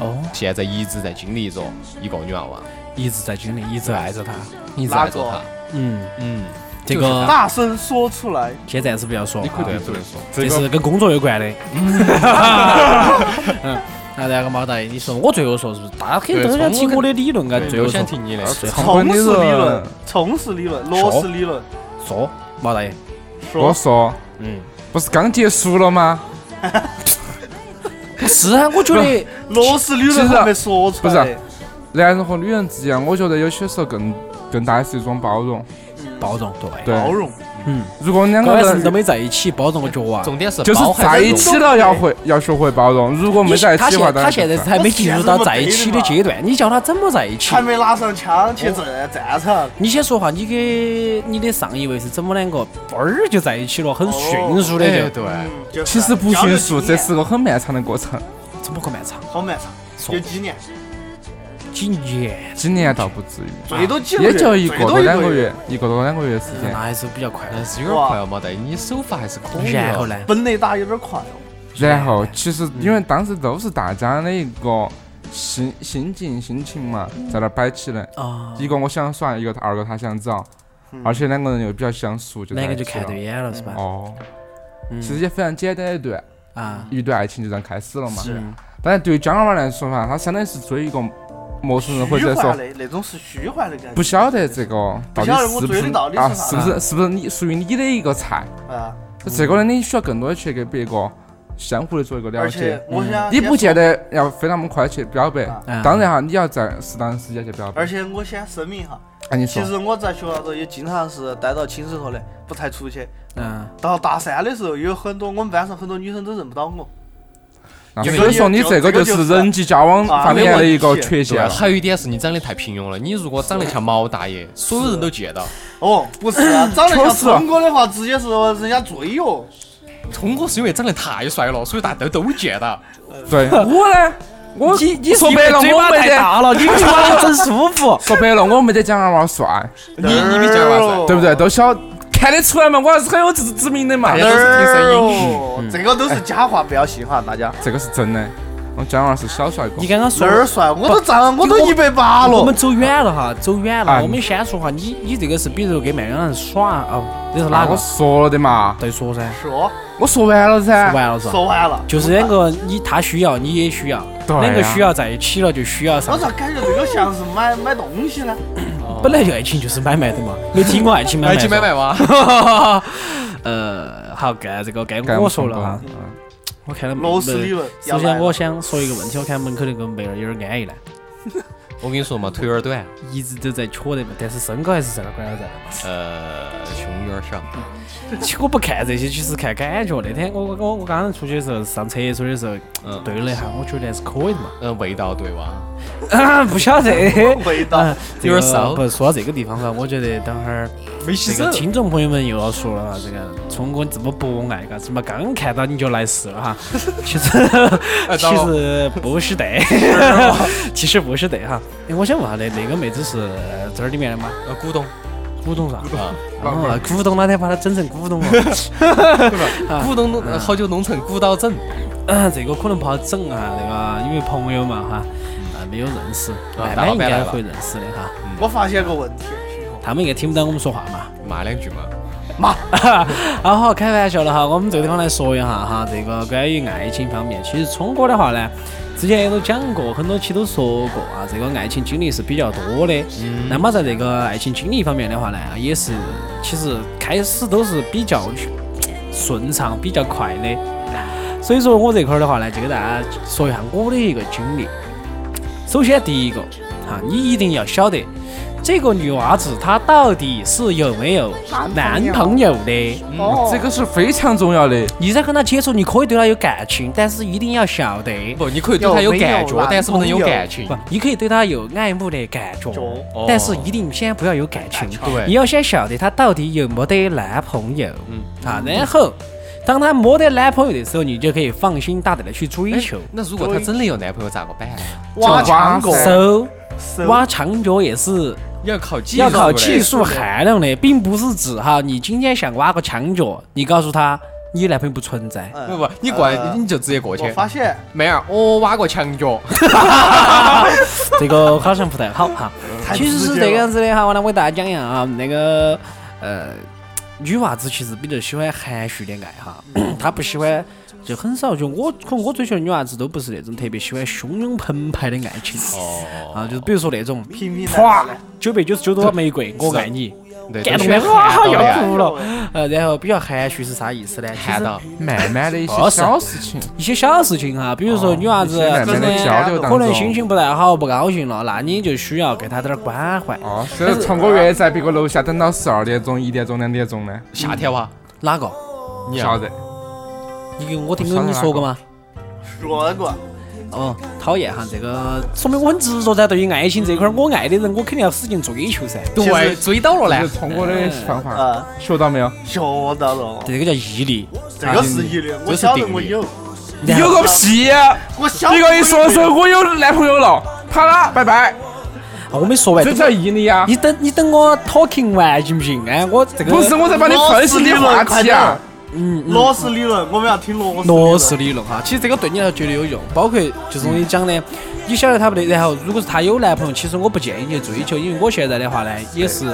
哦，
现在一直在经历着一个女娃娃，
一直在经历，一直爱着他。
一直爱着她。
嗯，
嗯，
这
就是
个
大声说出来，
先暂时不要说
你
啊
可，对不能说。
这是跟工作有关的。嗯， 那然后毛大爷，你说我最后说是不是？大家肯定都想听我的理论啊，最
最
后
后
说
想听你的，
最好
充实理论
人，
充实理论，落实理论，
说毛大爷。
我
说
说，
嗯，
不是刚结束了吗？
不是啊，我觉得
落实理论还没说出
不
来
是，男人和女人之间，我觉得有些时候更更大的是一种包容。
包容对，
对，
包容，
如果两
高
个
完事情
人
都没在一起，包容个脚啊。
重点是
就是
包含
在一
这种
起了，要会要学会包容。如果没在一
他
起的
现
话，
在他
当然
现在
是
是还没进入到在一起的阶段，你叫他怎么在一起
还？没拿上枪去战战场，
你先说话，你给你的上一位是怎么两个嘣儿就在一起了，很迅速的
哎
就，
对，
嗯，就是
其实不迅速，
交流经验
这是个很漫长的过程，
怎么个漫长？
好漫长，有几年，
几年，
几年倒不至于，
最多几个月，
啊也就一个
最多
多
一
两
个
个，月，一个多两个月的时
那
间。
还是比较快的
但。是有点快了嘛，但你手法还是可以。
然后？呢？
本垒打有点快哦，
然后其实因为当时都是大家的一个心心境心情嘛，在那儿摆起来，
啊，
一个我想耍，一个他二个他想找，而且两个人又比较相熟，就在
哪个
一
就
起
看对
了。
眼了是吧？
哦，
嗯
其实也非常简单的一段，
啊，
一段爱情就这样开始了嘛。但是对于江老板来说嘛，他相当于是追一个陌生人，或
虚
者说
幻的那种是虚幻的感觉，
不晓得这个到
不
底
晓得
是
我
不
追
是
的到底
啊，
是啥
是不是是不是你属于你的一个菜？
啊，
这个呢，你需要更多的去给别个相互的做一个了
而
解嗯
且。我想
你
先
不见
说，
得要非那么快去表白
嗯，
当然哈，你要在适当的时间去表白
而。且我先声明一下，
哎，你
其
说，
实我在学校头也经常是待到寝室头的，不太出去。
嗯，
到大三的时候，有很多我们班上很多女生都认不到我，
那
这
所
个
以说你这个就是人际交往方面的一个缺陷
对，啊
了。
还有一点是你长得太平庸了。你如果长得像毛大爷，所有人都见到。
哦，不是 啊，长得像
确实
聪哥的话，直接是人家追哦。
聪哥是因为长得太帅了，所以大家都都见到。
对，我呢，我
你你
说白了，
嘴
我
巴
没
太
得
大了，你嘴巴真舒服。
说白了，我没得江二娃帅，
你你比较哇塞，
对不对？都晓看得出来嘛，我还是很有自知之明的嘛。
哎呀
哪儿
都
哦？
嗯
这个
哎
都是假话，不要信哈，大家。
这个是真的，我江二娃是小帅哥
你。刚刚
哪
说
儿帅？我都站，我
我
都一百八
我们
了。
走远了哈，走远了。
啊
我们先说哈，你你这个是比如跟麦当人耍啊，你是哪
那我
个？
说了的嘛，
再说噻，
说
我说完了噻。
完了是吧？
说完了，
就是两个你他需要，你也需要，
对呀
两个需要在一起了就需要
我
上。
咋感觉这个像是买买东西呢？
本来就爱情就是买卖的嘛，没听过爱情买卖？
爱情买卖哇！
卖。 呃，好，该这个该
该
我说
成
了啊
功
哈。
嗯
我看到
螺丝理论
首先，我想说一个问题，我看门口那个妹儿有点安逸呢，
我跟你说嘛，腿有点短，
一直都在瘸的嘛，但是身高还是在那管着在。
呃，胸有点小。
其实我不看这些，其实看感觉。那天我我我我刚刚出去的时候，上厕所的时候，
嗯
对了一下，我觉得还是可以的嘛。
呃，味道对哇。
啊， 不晓得。
味道
啊，这
有
个
点骚
不说到这个地方了，我觉得等会儿
没
这个听众朋友们又要说了啊，这个聪哥你这么博爱，嘎，怎么刚看到你就来事了哈？ 其实
哎
其
糟了
实不是的，其实不是的哈。哎，我想问下那那个妹子是这儿里面的吗？
呃，股东
古董噻，
啊，
哦，古董哪天把它整成古董哦 了？
股东弄好久弄成古岛整，
嗯，这个可能不好整啊，那个因为朋友嘛哈，啊没有认识，慢
大
慢
老
应
板来
该
啊了
会认识的哈。
我发现个问题，
他们应该听不到我们说话嘛。
骂两句嘛。
啊 好，开玩笑了哈，我们这个地方来说一下哈，这个关于爱情方面，其实聪哥的话呢，之前也都讲过，很多期都说过啊，这个爱情经历是比较多的。那么在这个爱情经历方面的话呢，也是其实开始都是比较顺畅、比较快的。所以说我这块儿的话呢，就给大家说一下我的一个经历。首先第一个哈，你一定要晓得这个女娃子她到底是有没有男
男
朋
朋
友的。
哦，
这个是非常重要的。
你在跟他接触，你可以对他有感情，但是一定要晓得，
不，哦你可以对他有感觉，但是不能有感情哎
不。，你可以对他有爱慕的感觉，
哦
但是一定先不要有感情，
对
你要先晓得他到底有没得男朋友，
嗯
啊，然后当他没得男朋友的时候，你就可以放心大胆的去追求。
那如果他真的有男朋友咋个办？啊
挖墙
哎
过，
手
手
挖墙脚也是
要靠技术，
要靠技术含量的，并不是指哈，你今天想挖个墙角，你告诉他你男朋友不 存在，
嗯
不不，你过来
呃
你就直接过去
我。发现
妹儿，我挖个墙角，
这个好像不太好哈。
太
嗯其实
直
是
接
这
了
样子的哈，我来我给大家讲一下啊，那个呃，女娃子其实比较喜欢含蓄恋爱哈， 她不喜欢。就很少，就我可能我追求的女娃子都不是那种特别喜欢汹涌澎湃的爱情，啊，就是比如说那种
平平淡
啪
淡
九百九十九朵玫瑰，我爱你，
对，
感
都
动
喜欢
的哇
喊到
要
的，
哭了，呃，然后比较含蓄是啥意思呢？其
看
实
到，
慢慢的一
哦
些
是
小事情，
一些小事情哈，比如说女娃子
慢慢
真
的交
的
流当
可
中，
能心情不太好，不高兴了，那你就需要给她点儿关怀。
哦，是从我原来在别个楼下等到十二点钟、一点钟、两点钟呢，
夏天哇，
哪个？
你
晓得？
你给我听跟你说过吗？
说过，
哦，讨厌哈，这个说明我很执着噻。对于爱情这块儿，我爱的人，我肯定要使劲追求噻。
啊
对，追到了
就
呢
是。从我的方法
嗯，
学到没有？
哎
学到了，
这个叫毅力。
这个是
嗯
一的，我晓得我有，
你有个屁呀！
我晓得
别
我
个一
有
说
嗯
说我有男朋友了，啪啦，拜拜，
啊，我没说完。
这
等
叫
我
毅力啊！
你等你等我 talking 完行不行？哎，我这个
不是，我在帮你分析你话题啊！
罗氏理论，我们要听罗氏
罗氏理论哈。其实这个对你来说绝对有用，包括就是我跟你讲的，你晓得他不得。然后，如果是他有男朋友，其实我不建议你去追求，因为我现在的话呢，也是。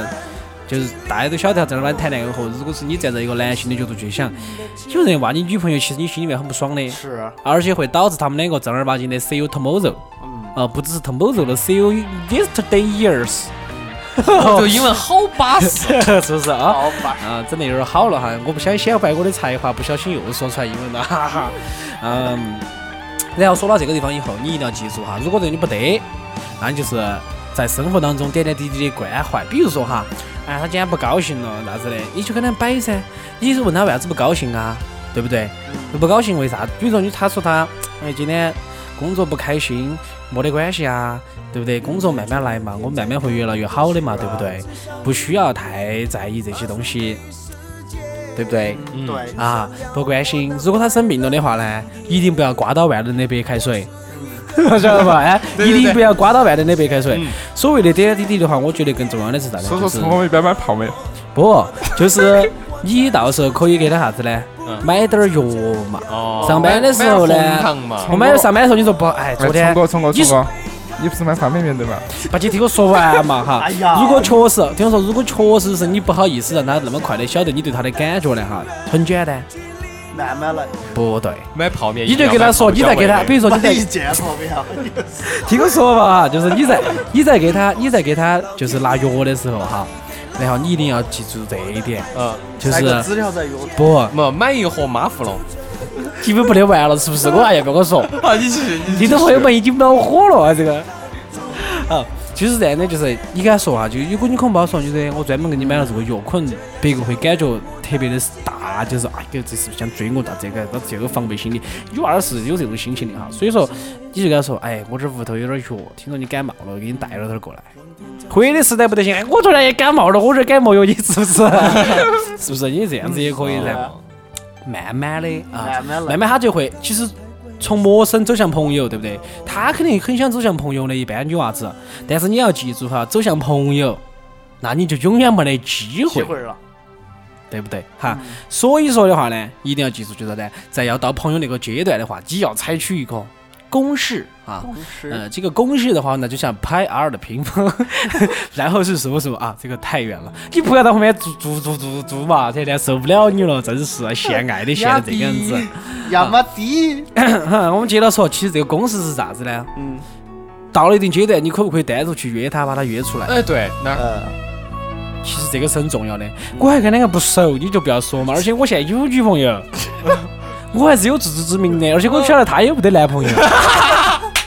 就是大家都晓得在哪儿谈恋爱以后，如果是你站在一个男性的角度去想，有人挖你女朋友，其实你心里面很不爽的。
是
而且会导致他们两个正儿八经的 see you tomorrow，啊，
嗯
不只是 tomorrow 了，see you yesterday years，
嗯 就英文好巴适， 哦
是不是啊？
好吧，
啊，整的有点好了哈，我不想显摆我的才华，不小心又说出来英文了， 哈哈。嗯，然后说到这个地方以后，你一定要记住哈，如果这你不得，那你就是在生活当中点点滴滴的关怀，比如说哈，哎，他今天不高兴了，啥子的，你就跟他摆噻，你是问他为啥子不高兴啊，对不对？不高兴为啥？比如说你他说他，哎，今天工作不开心，没得关系啊，对不对？工作慢慢来嘛，我们慢慢会越来越好的嘛，对不对？不需要太在意这些东西，对不对？
对，
啊，多关心。如果他生病了的话呢，一定不要刮到万能的白开水， 晓得吧？哎，
对对嗯
一定不要刮到万能的白开水。所谓的点点滴滴的话，我觉得更重要的是啥呢？
说
就
说
是
从我们一般般泡没有？
不，就是你到时候可以给他啥子呢？
嗯
买点儿药嘛。
哦
上班的时候呢
买红糖嘛
我，买了上班的时候你说不，哎，昨天
聪哥，聪哥，
你
聪哥，你不是买方便面对吗？
把姐听我说完嘛哈。
哎呀
如果确实，听我说，如果确实是你不好意思让他那么快的晓得你对他的感觉呢哈，很简单，
慢慢来，
不对，
买泡面，啊
你就给他说，你再给他，比如说你
买
在
一件钞票，
听我说嘛哈，就是你在你在给他你在给他就是拿药的时候哈，然后你一定要记住这一点，
嗯，
就
那个
是
资料在用，
不，
没买一盒马芙龙，
基本不得完了，是不是？我还要不要我说？
啊，你去，
你的朋友们已经恼火了啊，这个。啊，就是这样的，就是你给他说哈，就如果你可能不好说，就是我专门给你买了这个药，可能别个会感觉特别的大，就是哎呦，这是不是想追我到这个到这个防备心理，有娃儿是有这种心情的哈。所以说，你就跟他说，哎，我这屋头有点药，听说你感冒了，给你带了点儿过来。或者实在不得行，哎，我昨天也感冒了，哎我这感冒药你是不是？是嗯不是？你这样子也可以噻，慢慢的啊，
慢慢来
慢慢他就会，其实从陌生走向朋友，对不对？她肯定很想走向朋友的一般女娃子，但是你要记住哈，走向朋友，那你就永远没得机
机
会，
会儿嗯了，
对不对？哈，所以说的话呢，一定要记住，就是呢，在要到朋友那个阶段的话，你要采取一个公式啊，
公式
呃，这个公式的话呢，就像拍 r 的平方， 然后是什么什么啊？这个太远了，你不要在后面做做做做做嘛，天天受不了你了，真是献爱的献的这个样子。
要么低，
啊 我们接着说，其实这个公式是啥子呢？
嗯，
到了一定阶段，你可不可以单独去约他，把他约出来？
哎，对，那
呃，
其实这个是很重要的。我还跟两个不熟，你就不要说嘛。而且我现在有女朋 友，我还是有自知之明的，而且我晓得她也不得男 朋友。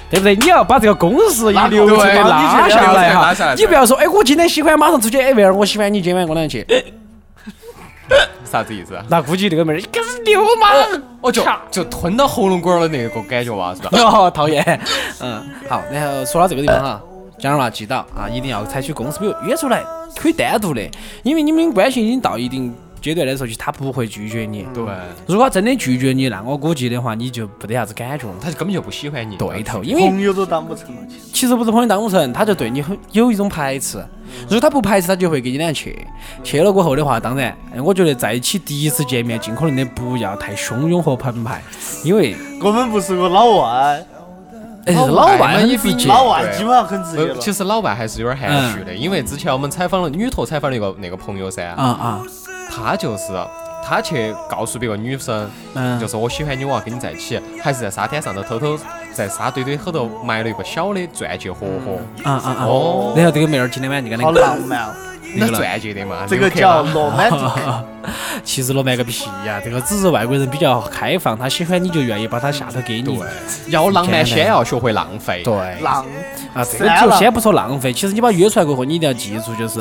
对不对？你要把这个公式一流程
对
拉下来
拉下
哈
来，
你不要说，哎，我今天喜欢，马上出去，哎，妹儿，我喜欢你，今晚我俩 去。
啥子意思啊？
那估计这个妹儿，你可是流氓。
哦，就就吞到喉咙管儿的那个感觉哇，是吧？
哦，讨厌。 嗯，好，然后说到这个地方哈，家人嘛，记到啊，一定要采取公司，比如约出来，可以单独的，因为你们关系已经到一定阶段的时候，就他不会拒绝你。
对，
如果他真的拒绝你，那我估计的话，你就不得啥子感觉了。
他就根本就不喜欢你。
对头，因为
朋友都当不成了，其实
其实不是朋友当不成，他就对你很有一种排斥。如果他不排斥，他就会跟你俩去。去了过后的话，当然，哎我觉得在一起第一次见面，尽可能的不要太汹涌和澎湃，因为
我们不是个老外，
哎
老
老
外
外
嘛
很
一比
直接。
老外
对
基本上很直接
呃
了，
其实老外还是有点含蓄的，因为之前我们采访了女头，采访了一个那个朋友噻，
啊啊，
她就是她去告诉别个女生，
嗯
就是我喜欢你，我要跟你在一起，还是在沙滩上头偷偷在沙堆堆后头埋了一个小的钻戒盒盒。
啊啊啊！
哦
然后这个妹儿今天晚上就跟
好
那个，
浪漫哦，
那钻戒的嘛，
这个
留给
叫
她
romantic，
其实罗曼个屁呀、这个只是外国人比较开放，他喜欢你就愿意把他下头给你。
要浪漫，先要学会浪费。
对
浪，
啊，这个就先不说浪费，其实你把约出来过后，你一定要记住，就是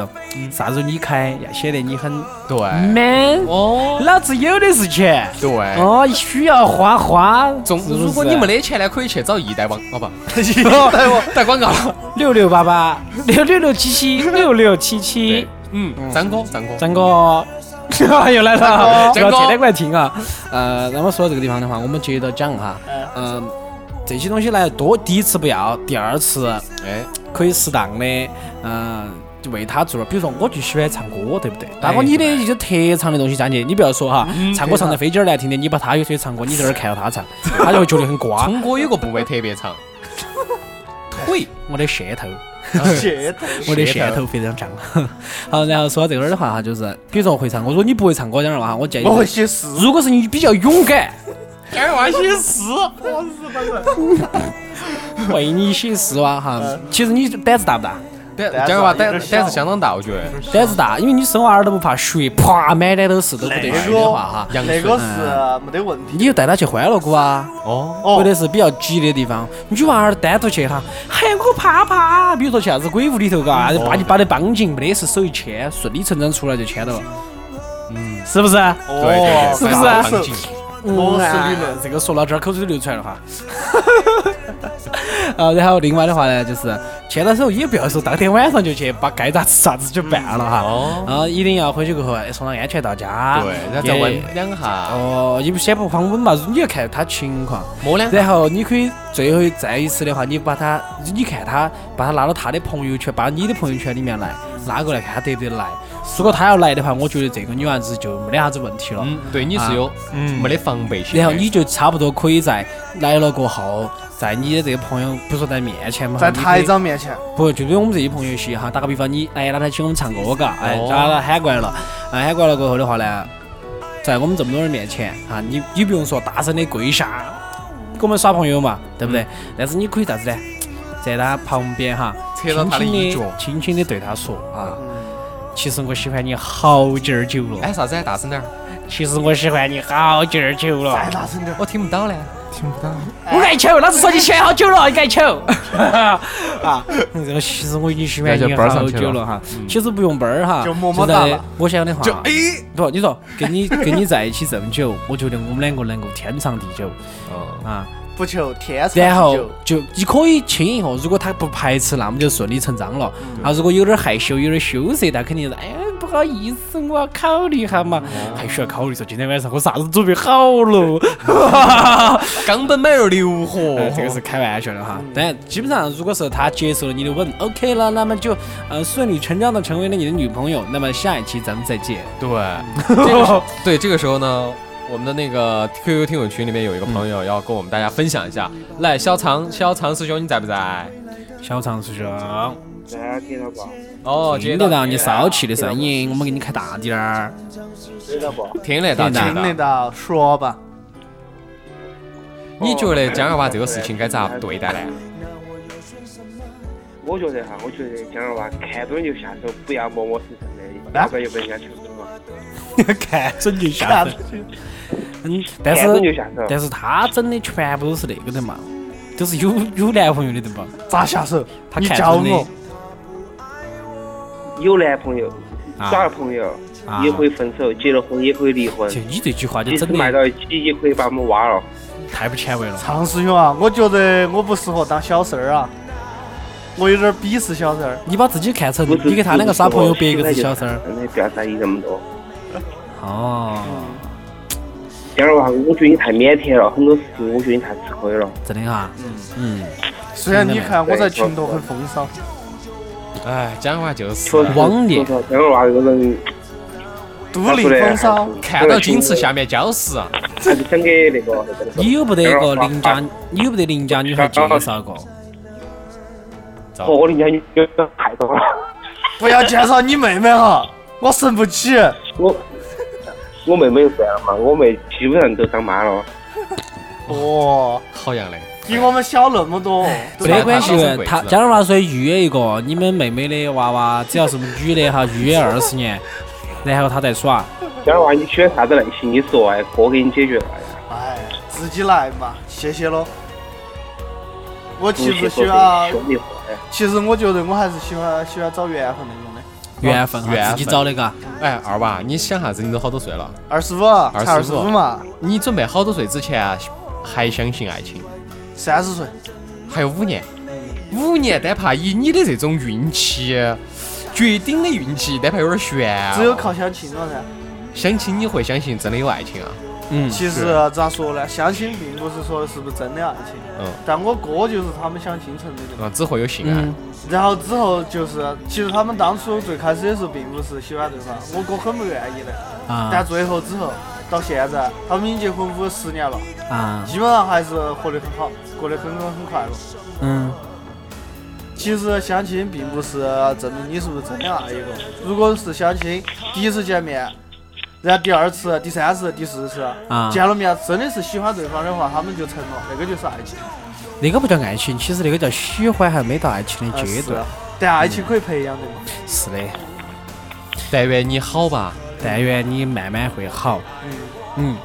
啥时候你开，要显得你很
对，
man，
哦，
老子有的是钱，
哎对。
哦，需要花花。
中，
是不是啊
如果你没得钱呢，可以去找易贷网，哦 不， 打广告了。
六六八八六六六七七六六七七
对。嗯，张哥，张哥，
张哥。 又来了，
张哥
不要天天过来听啊。呃，那么说到这个地方的话，我们接着讲哈。嗯，这些东西呢，多第一次不要，第二次
哎，
可以适当的，嗯，就为他做了。比如说，我就喜欢唱歌，对不
哎
对？那么你的一些特长的东西加进去，你不要说哈，
嗯
唱歌唱得飞机儿难听的，你把他约出哎去唱歌，你在那儿看到他唱，他就会觉得很瓜。
聪哥有个部位特别 长，
腿，我的舌头。
谢头，
我的舌头非常长。 好，然后说到这个儿的话哈，就是比如说我会唱歌，如果你不会唱歌讲的话，我建议
我
你
会写诗，
如果是你比较勇敢，
开玩笑是，
为你写诗哇哈，
嗯
其实你胆子大不大？
但讲实话，胆胆子相当大，我觉得。
胆子大，因为你生娃儿都不怕血，啪满脸都是都不得
那
血的话
个
哈，
杨
那
顺
个
啊
是没得问题，
你就带他去欢乐谷啊，
哦，
哦
或者是比较挤的地方，女娃儿单独去哈，嘿我怕怕，比如说去啥子鬼屋里头嘎，把你把你绑紧，没得事手一牵，顺理成章出来就牵到了，嗯，是不是？
对对对，
哦，
是不啊
反
是
正场景
螺丝
啊
理论
这个说到这儿，口水都流出来了哈。 呃，然后另外的话呢，就是牵到手也不要说当天晚上就去，把该咋子啥子就办了哈。
哦
然后一定要回去过后哎送他安全到家。
对，然后再
也
问两下，
哦，你们先不狂吻嘛，你要看他情况。
摸 两下，
然后你可以最后再一次的话，你把他，你看他，把他拉到他的朋友圈，把你的朋友圈里面来拉过来，看他得不得来。如果他要来的话，我觉得这个女娃子就没得啥子问题了。
嗯，对你是有没得防备心的，
啊嗯然后你就差不多可以在来了过后，在你的这个朋友，不是说在面前嘛，
在
你可以
台长面前，
不，就比如我们这些朋友一起哈，打个比方，你哎哪天请我们唱歌嘎，哎
哦
把他喊过来了，哎喊过来了过后的话呢，在我们这么多人面前啊，你你不用说大声的跪下，跟我们耍朋友嘛，对不
嗯
对？但是你可以咋子呢？在他旁边哈，
扯到他的衣角
轻轻的对他说啊，其实我喜欢你好久儿久了，
哎啥子？大声点儿，
其实我喜欢你好久儿久了。
再大声点，
我听不到嘞。
听不到。
我爱球，老子说你喜欢好久了，你爱球 啊！ 这个其实我已经喜欢
那
你
就班儿上
好
去
久了
了嗯
哈，其实不用班儿哈，
就么么哒
现在
了
我想的话，
哎
不，你说跟你跟你在一起这么久，我觉得我们两个能够天长地久
哦，
啊。
不求天长
然
地
后
久，
就你可以亲一后，如果他不排斥，那么就顺理成章了。
嗯
啊，如果有点害羞，有点羞涩，那肯定是哎不好意思，我要考虑一下嘛。
哦
还需要考虑说今天晚上我啥子准备好 了？
冈本买了六合
呃，这个是开玩笑的哈。但基本上，如果是他接受了你的吻，OK 了，那么就呃顺理成章的成为了你的女朋友。那么下一期咱们再见。
对，
嗯
这个 时候对这个时候呢，我们的那个 QQ 听友群里面有一个朋友要跟我们大家分享一下，来，小常，小常师兄你在不在？
小常师兄，
在听到吧？
哦，
听
得
得哦到你骚气的声音，我们给你开大点儿。
听到吧？
听得到，
听
听
听
得
得
到。
到，说吧，
你觉得江二娃这个事情该咋对待呢？
我觉得哈，我觉得江二娃看准就下手，不要磨磨蹭蹭
啊
的，要不然就被人家求婚了。
看准就
啊
下手。嗯，但
看准就是下手。
但是他整的全部都是那个的嘛，都是有有男朋友的的嘛。
咋下手？
他
你
看
教
准的
我，
有男朋友，
啊
找了朋友，
啊
也可以分手，结了婚也可以离婚，
就你这句话就
即使
整
卖
的
到一起也可以把我们挖了。
太不前卫了。
常师兄啊，我觉得我不适合当小三儿啊，我有点鄙视小三儿。
你把自己看成
不是
你跟他两个耍朋友，
不是
别
说
个是
现在
小
就
三儿。
真的不要在意那么多。
哦，
江二娃，我觉得你太腼腆了，很多事情我觉得你太吃亏了。
真的哈。嗯
虽然你看我在群头很风骚，
哎，江二娃就是
确实，
网恋
说实话江二娃这个人，
独立风骚，
看到矜持下面啊礁石，
还是想给那个那个。
你有不得一个邻家
江二娃？，
你有不得邻家女孩介绍过？
哦，我邻家女太多了。
不要介绍你妹妹哈，我生不起。
我我妹妹就算了嘛，我妹基本上都当妈了。
哦，
好样的！
比我们小那么多，
没得关系
把她当成，鬼子
他家长娃说预约一个你们妹妹的娃娃，只要是女的哈，预约二十年，然后他再耍。
江二娃，你喜欢啥子类型？你说哎，哥给你解决了呀。
哎，自己来嘛，谢谢喽。我
不
其实
说
喜
这
欢，
兄弟伙哎。
啊其实我觉得我还是喜欢喜欢找缘分那种的。
缘分哈，
缘
自己
分
找的嘎。
哎，二娃，你想啥子？你都好多岁了，
二十五，才二十五嘛，
你准备好多岁之前啊还相信爱情？
三十岁，
还有五年，五年单怕以你的这种运气，绝顶的运气，单怕有点悬哦。
只有靠相亲了噻。
相亲，你会相信真的有爱情啊？
嗯，
其实咋说呢，相亲并不是说是不是真的爱情，
嗯
但我哥就是他们相亲成的
嗯
的。
啊，只会有性
嗯
爱。
然后之后就是，其实他们当初最开始的时候并不是喜欢对方，我哥很不愿意的，但
啊
最后之后到现在，他们已经结婚五十年了，
啊，
基本上还是活得很好，过得很很很快乐。
嗯，
其实相亲并不是证明你是不是真的爱一个，如果是相亲，第一次见面，然后第二次、第三次、第四次，
啊
见了面真的是喜欢对方的话，他们就成了，那个就是爱情。
那个不叫爱情，其实那个叫喜欢，还没到爱情的
呃
阶
是
段。
但爱情可以培养的嘛。
是的，
但愿你好吧。
但愿你慢慢会好。
嗯，
嗯。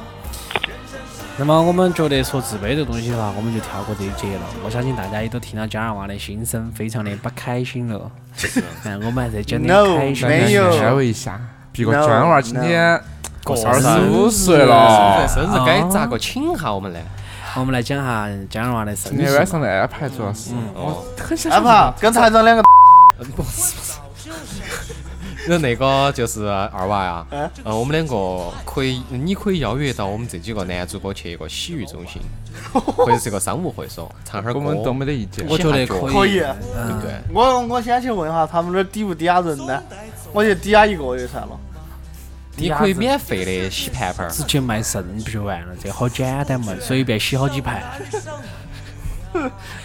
那么我们觉得说自卑这东西的话，我们就跳过这一节了。我相信大家也都听到江二娃的心声，非常的不开心了。那我们还是讲点
No，
开心的。
没有
安慰一下，别个娟娃今天
过
二
生
十
日，
五岁
生日
了，啊
生日该咋个请哈我们呢？
我们来讲下江二娃的生
今天
日
晚。上的安排主要是
哦，
安排跟台长两个
不是不是。那那个就是二娃呀、
嗯
呃，我们两个可以，你可以邀约到我们这几个男主播去一个洗浴中心，或者是一个商务会所，唱会儿歌，
我们都没得意见。
我觉得
可
可
以
以，。
对不对？
我我先去问一下他们那儿抵不抵押人呢？我去抵押一个月算了。
你可以免费的洗盘盘儿，
直接卖肾不就完了？这好简单嘛，随便洗好几盘。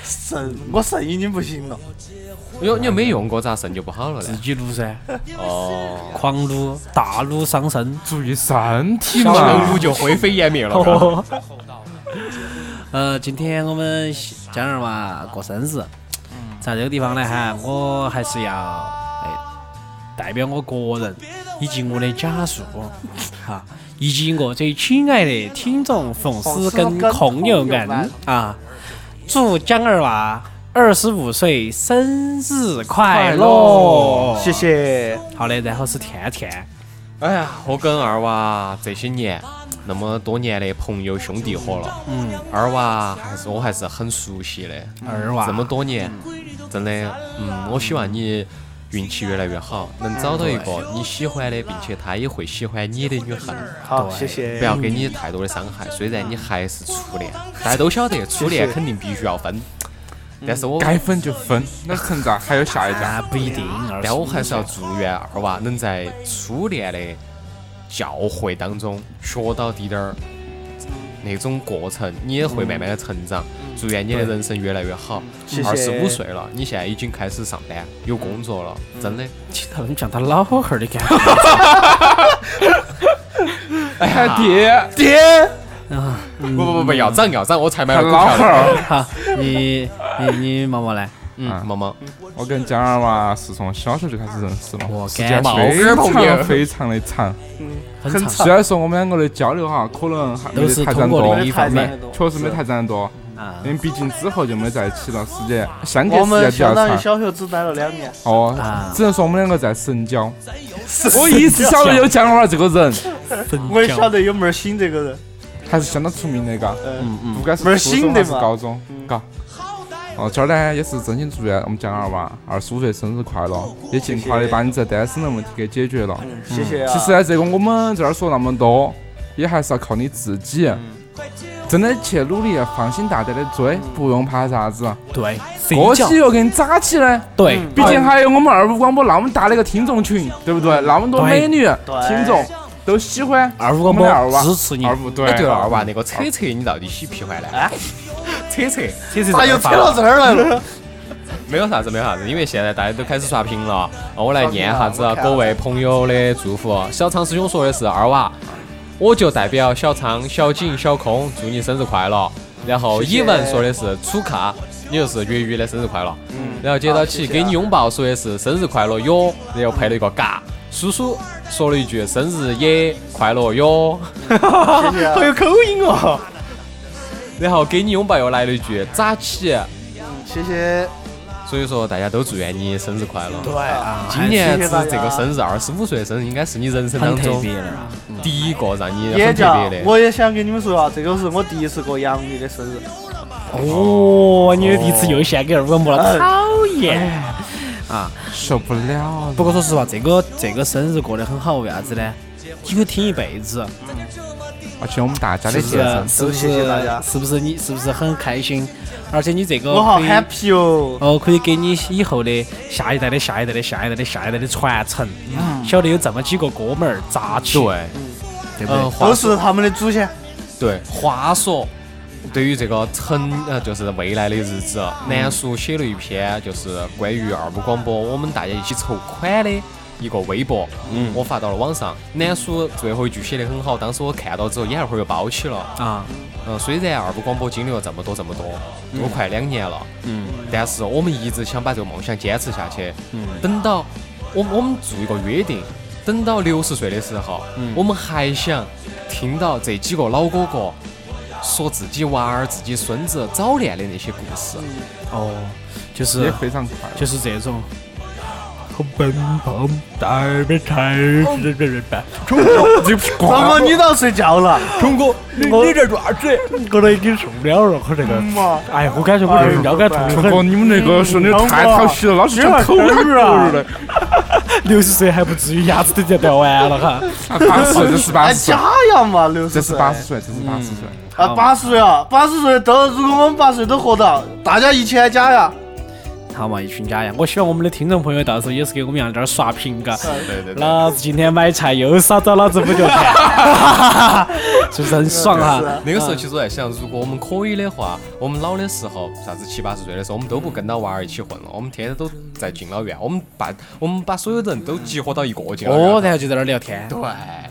肾，我肾已经不行了。
哟，你
啊
又没用过，咋肾就不好了
自
呢？
己撸噻，
哦，
狂撸、大撸伤身。
注意身体
小
嘛
五，就灰飞烟灭 了。嘎
呃，今天我们江二娃过生日，在这个地方呢哈，我还是要哎代表我个人以及我的家 属，哈，以及我最亲爱的听众、粉丝跟朋友们啊，祝江二娃二十五岁生日快乐！
哎谢。谢。
好的，然后是天天，
哎呀，我跟二娃这些年那么多年的朋友兄弟伙了，嗯，二娃还是我还是很熟悉的，
二娃
这么多年，真的，嗯，我希望你运气越来越好，能找到一个你喜欢的，并且她也会喜欢你的女孩。
好，谢谢。
不要给你太多的伤害，虽然你还是初恋，大家都晓得初恋肯定必须要分，但是我
该分就分，那肯咋还有下一
啊
啊家？
不一定，
但我还是要祝愿二娃能啊在初恋的教诲当中学到滴点儿那种过程，你也会慢慢的成长。
嗯
祝愿你的人生越来越好
谢。谢
二十五岁了，你现在已经开始上班，有工作了，
嗯
真的。
听到你讲他老汉儿的感觉，
哎呀，
爹，
爹！不不不不要涨要涨，我才买了
看
股
老汉
票。
儿，
好，你你你毛毛来，
嗯，萌萌，
我跟江二娃是从小学就开始认识了，
我
时
感
间
觉
非
毛根儿朋友
常非常的长。
很
啊
很
长
虽然说我们两个的交流哈，可能还没
都是
得太
通
占
过
多
另，一方面
确实没太占多，
啊
因为毕竟之后就没在一起了，时间相隔
我
时间
们
比较
相当于
长。
小学只待了两年，
哦
啊，
只能说我们两个在神交。我一直晓得有江二娃这个人，
我也晓得有门儿新这个人，
还是相当出名的，嘎。
嗯，
不管是
不是
初中
新的
还是
嘛嗯
高中，嘎。哦，今儿呢也是真心祝愿我们江二娃二十五岁生日快乐，也尽快的把你这单身的问题给解决了。
谢谢啊。
其实呢，这个我们这儿说那么多，也还是要靠你自己，真的去努力，放心大胆的追，不用怕啥子。
对，
歌
睡觉
曲又给你扎起来，
对，
毕竟还有我们二五广播那么大的一个听众群，对不对？那么多
对
美女
对
听众都喜欢
二五广
我们
播
的二娃，
支持你
二五对
哎对了，二
二
娃
娃
那个扯扯，你到底喜不喜欢呢？扯扯，
这是
咋又哎扯到这儿来了？
没有啥子，没有啥子，因为现在大家都开始刷屏了。哦我来念哈子
刷屏了
各位朋友的祝福。小昌师兄说的是二娃，我就代表小昌、小景、小空祝你生日快乐。然后
谢谢
以文说的是楚卡，你就是粤语的生日快乐。然后接到起
好谢谢啊
给你拥抱说的是生日快乐哟，然后配了一个嘎。叔叔说了一句生日也快乐哟。
谢谢啊
好有口音哦。然后给你拥抱又来了一句扎起，
谢谢，
所以说大家都祝愿你生日快乐。
对啊，
今年是
谢谢大家
这个生日，二十五岁生日应该是你人生
很
当
特
中
别的啊，
第一个让你
也
很特
叫
别，的。
我也想跟你们说啊，这个是我第一次过杨幂的生日，
哦，你的地址又献给二五广播了，讨厌。
受不了了。
不过说实话，这个这个生日过得很好，为啥子呢？你可以听一辈子，
而且我们大家
是
的
不
先
是
生？，
是不
谢谢大家
是？是不是你是不是很开心？而且你这个
我好
可以
happy 哦。
哦，可以给你以后的下一代的下一代的下一代的下一代的传承，晓得有这么几个哥们儿扎起，
对，
对不
嗯，
对？
话
都是他们的祖先，
对话说，对于这个成呃，就是未来的日子，南叔写了一篇就是关于二五广播我们大家一起筹款的一个微博，嗯，我发到了网上。南叔最后一句写得很好，当时我看到之后眼泪儿又包起了。
啊，
嗯，虽然二部广播经历了这么多这么多，都快两年了，嗯，但是我们一直想把这个梦想坚持下去，嗯，等到我我们做一个约定，等到六十岁的时候，嗯，我们还想听到这几个老哥哥说自己娃儿、自己孙子早恋的那些故事，
哦，就是
也非常快乐。
就是这种。奔跑，大白菜，
老哥你倒睡觉了，
冲哥，你你这爪子，我都已经受不了了，我这个，
妈，
哎呀，我感觉我这是腰杆
哎
痛
不
呦
得
过
很，
你们那个说的太讨喜了，老是
有
像
点
口
哏儿啊
似的。
六十岁还不至于牙齿都掉掉完了 哈。
八十岁，这是八
哎
十岁
假，样嘛，六
这
十
是
岁，
八十岁，这是八十岁。
啊，八十岁啊，八十岁都，如果我们八十岁都活到，大家一起来加呀，
好嘛，一群家呀！我希望我们的听众朋友到时候也是给我们一样在这儿刷屏， 嘎。
对对对，
老子今天买菜又少找老子五角钱，是不是很爽哈？
那个时候其实我在想，如果我们可以的话，我们老的时候，啥子七八十岁的时候，我们都不跟到娃儿一起混了，我们天天都在敬老院，我们把我们把所有人都集合到一个敬老院。
哦，然后就在那儿聊天。
对，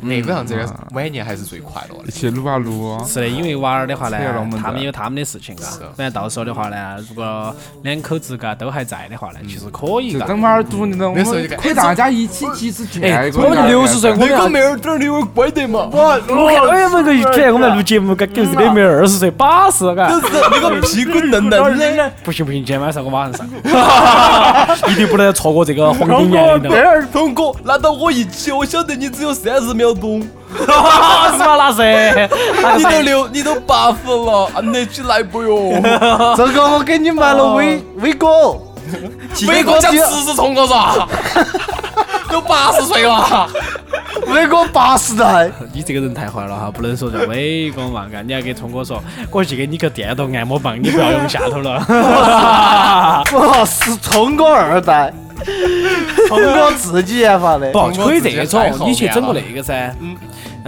那个样子的晚年还是最快乐
一
的。
起撸啊撸啊，
是的，因为娃儿的话呢
这个龙门，阵
他们有他们的事情嘎
是。
反正到时候的话呢，如果两口子嘎都还在的话呢，其实可以
就
嘎。
等娃儿读你的，我
那时候就
们
感
可以大家一起集资
哎
建一个。
我们六十岁我们俩
妹儿这儿有乖的嘛？
我
我看，哎，我个居然我们来录节目，嘎，狗日的没有二十岁巴适，嘎。
那个屁股嫩嫩的，
不行不行，今天晚上我马上上，一定不能 错过这个黄金年龄的。
儿，鹏哥，难道我一起？我晓得你只有三十秒钟。
是吧？那是，那
你
个
都
是。
六，你都八分了，啊，那起来不哟？
这个我给你买了威威哥，
伟哥讲四十冲哥 嗦，都八十 岁了，
威哥八十代，
你这个人太坏了哈，不能说叫伟哥嘛，嘎，你要给聪哥说，我去给你个电动按摩棒，你不要用下头了。
我是聪哥二代，聪哥自己研发的。
不，可以这种，你去整个那个噻。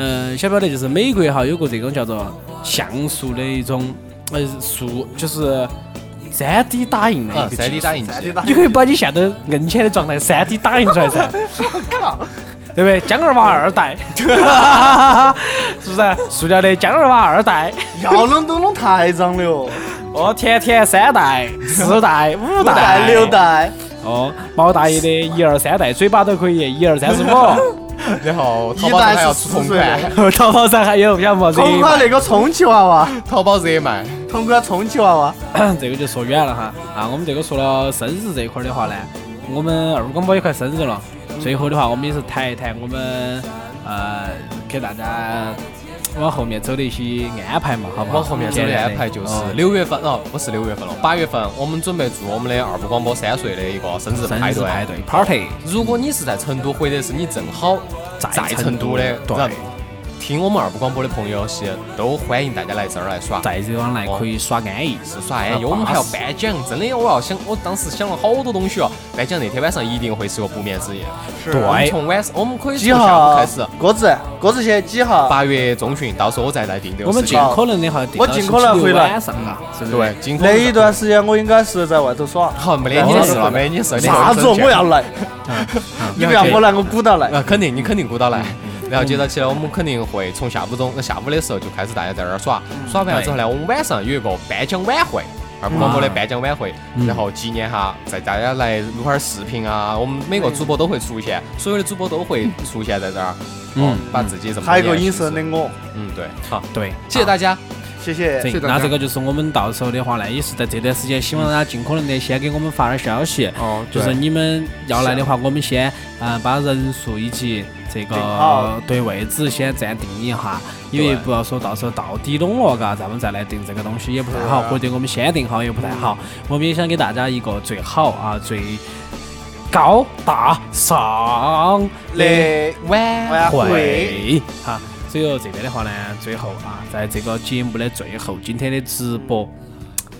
嗯，晓不晓得？就是美国哈有个这种叫做像素的一种呃数，就是啊三 D 打印的一个
三 D
技术
打印机，
你可以把你现在硬起来的状态三 D 打印出来噻。 对不对？江二娃二代， 是不是？塑料的江二娃二代，
要弄都弄太脏了哟，
哦，甜甜三代、四代、五
五代
代、
六，代，
哦，毛大爷的一二三代，嘴巴都可以一二三四五。
然
哦
后淘
一
宝上还
代
要
是
出
四
同
岁的
款，。
淘宝上还有像么子？
通过那个充气娃娃，
淘宝热卖，
通过充气娃娃，
这个就说远了哈。啊，我们这个说了生日这一块儿的话呢，我们二广播也快生日了，最后的话我们也是谈一谈我们呃给大家往后面走的一些安排嘛，好不好？
往后面走的安排就是
哦
六月份哦，不是六月份了，八月份我们准备做我们的二部广播三岁的一个生日
生
派
日
对。
派对 party，
如果你是在成都，或者是你正好在成都的
对
人，听我们二部广播的朋友是都欢迎大家来这儿来耍。
再者往来可以耍安逸，
是耍
啊
安逸，我们还要颁奖，真的，我要想，我当时想了好多东西哦。颁奖那天晚上一定会是个不眠之夜。我们
哎
对，
从晚上，我们可以
几
从下午
号
开始，？
鸽子，鸽子先几号？
八月中旬，到时候我再来定这
我
个
们
时
尽
间。
可能的话，
我尽可能回来
晚上啊，是不是？
对，尽可
那
能
一段时间我应该是在外头耍。
好，没得你的事了，没得你的事了。你
啥子
真卷
我要来，你不要我
来。
来，我鼓捣来。
啊，肯定你肯定鼓捣来。然后接到起来，我们肯定会从下午中下午的时候就开始大家在那儿耍，
嗯
耍完了之后呢，我们晚上有一个颁奖晚会，二部广
啊
播的颁奖晚会，
嗯
然后纪念哈，再大家来录会儿视频啊，我们每个主播都会出现，所有的主播都会出现在这儿，嗯，把自己这么
还有一个
演
隐
示
身的，我，
嗯，对，好，
对，
谢谢大家，
谢谢。
这那这个就是我们到时候的话呢，也是在这段时间，希望大家尽可能的先给我们发点消息。
哦，
就
对
是你们要来的话，我们先嗯、呃把人数以及这
定好
个对位置先暂定一下，因为
对
不要说到时候到底拢了，嘎，咱们再来定这个东西也不太好，或者我们先定好也不太好。我们也想给大家一个最好啊最高大上的
那
晚
晚会，
会哈。所以说这边的话呢，最后啊，在这个节目的最后，今天的直播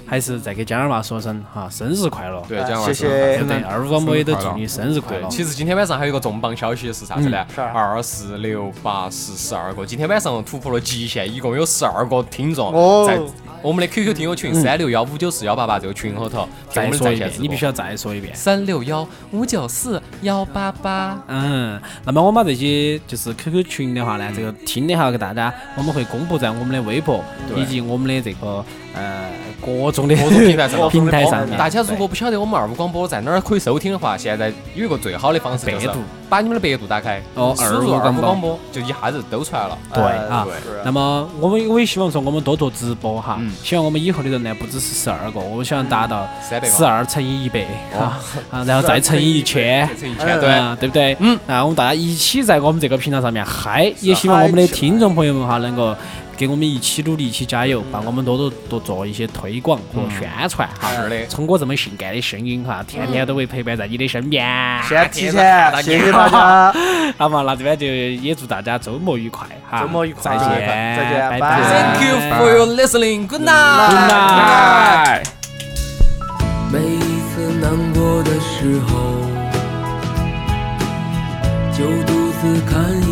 还是再给江二娃说声哈生日快乐。
对，
哎
讲完
谢
之后
谢
对不对？二五广播也都祝你生日快
对
乐，。
其实今天晚上还有一个重磅消息是啥子
嗯
呢？
啊
是
二四六八十十二个，今天晚上突破了极限，一共有十二个听众
哦
在我们的 QQ 听友群三六幺五九四幺八八这个群后头听我
嗯再
们的
说
在
一
线
遍
直，播。
你必须要再说一 遍。
三六幺五九四幺八八。
嗯，那么我们把这些就是 QQ 群的话呢，这个听的哈，给大家我们会公布在我们的微博
对
以及我们的这个呃各种的
各种平台上
平台上 面。
大家如果不晓得我们二五广播在哪儿可以收听的话，现在有一个最好的方式就
百
是
度
把你们的百度打开，
哦
输
二五
入二
广
五
播
广播就一下子都出来了。
对啊
哎
对嗯
是
那么我们我也希望说我们多做直播哈，希望我们以后的人呢不只是十二个，我们希望达到
300个
十二乘以一百
哦
哈， 啊，然后再乘以一千。
这一圈对。
对对不对？嗯，那我们大家一起在我们这个频道上面嗨，
啊
也希望我们的听众朋友们哈，能够给我们一起努力，一起加油，帮我们多多多做一些推广和宣传哈。
嗯
是的
聪哥这么性感的声音哈，天天都会陪伴在你的身边。
先提前，谢谢大家，
好嘛，那这边就也祝大家周末愉快哈，
周末愉快
再见，
再见
拜
拜
Thank you for your listening. Good night.
Good night
每一次难过的时候，就独自看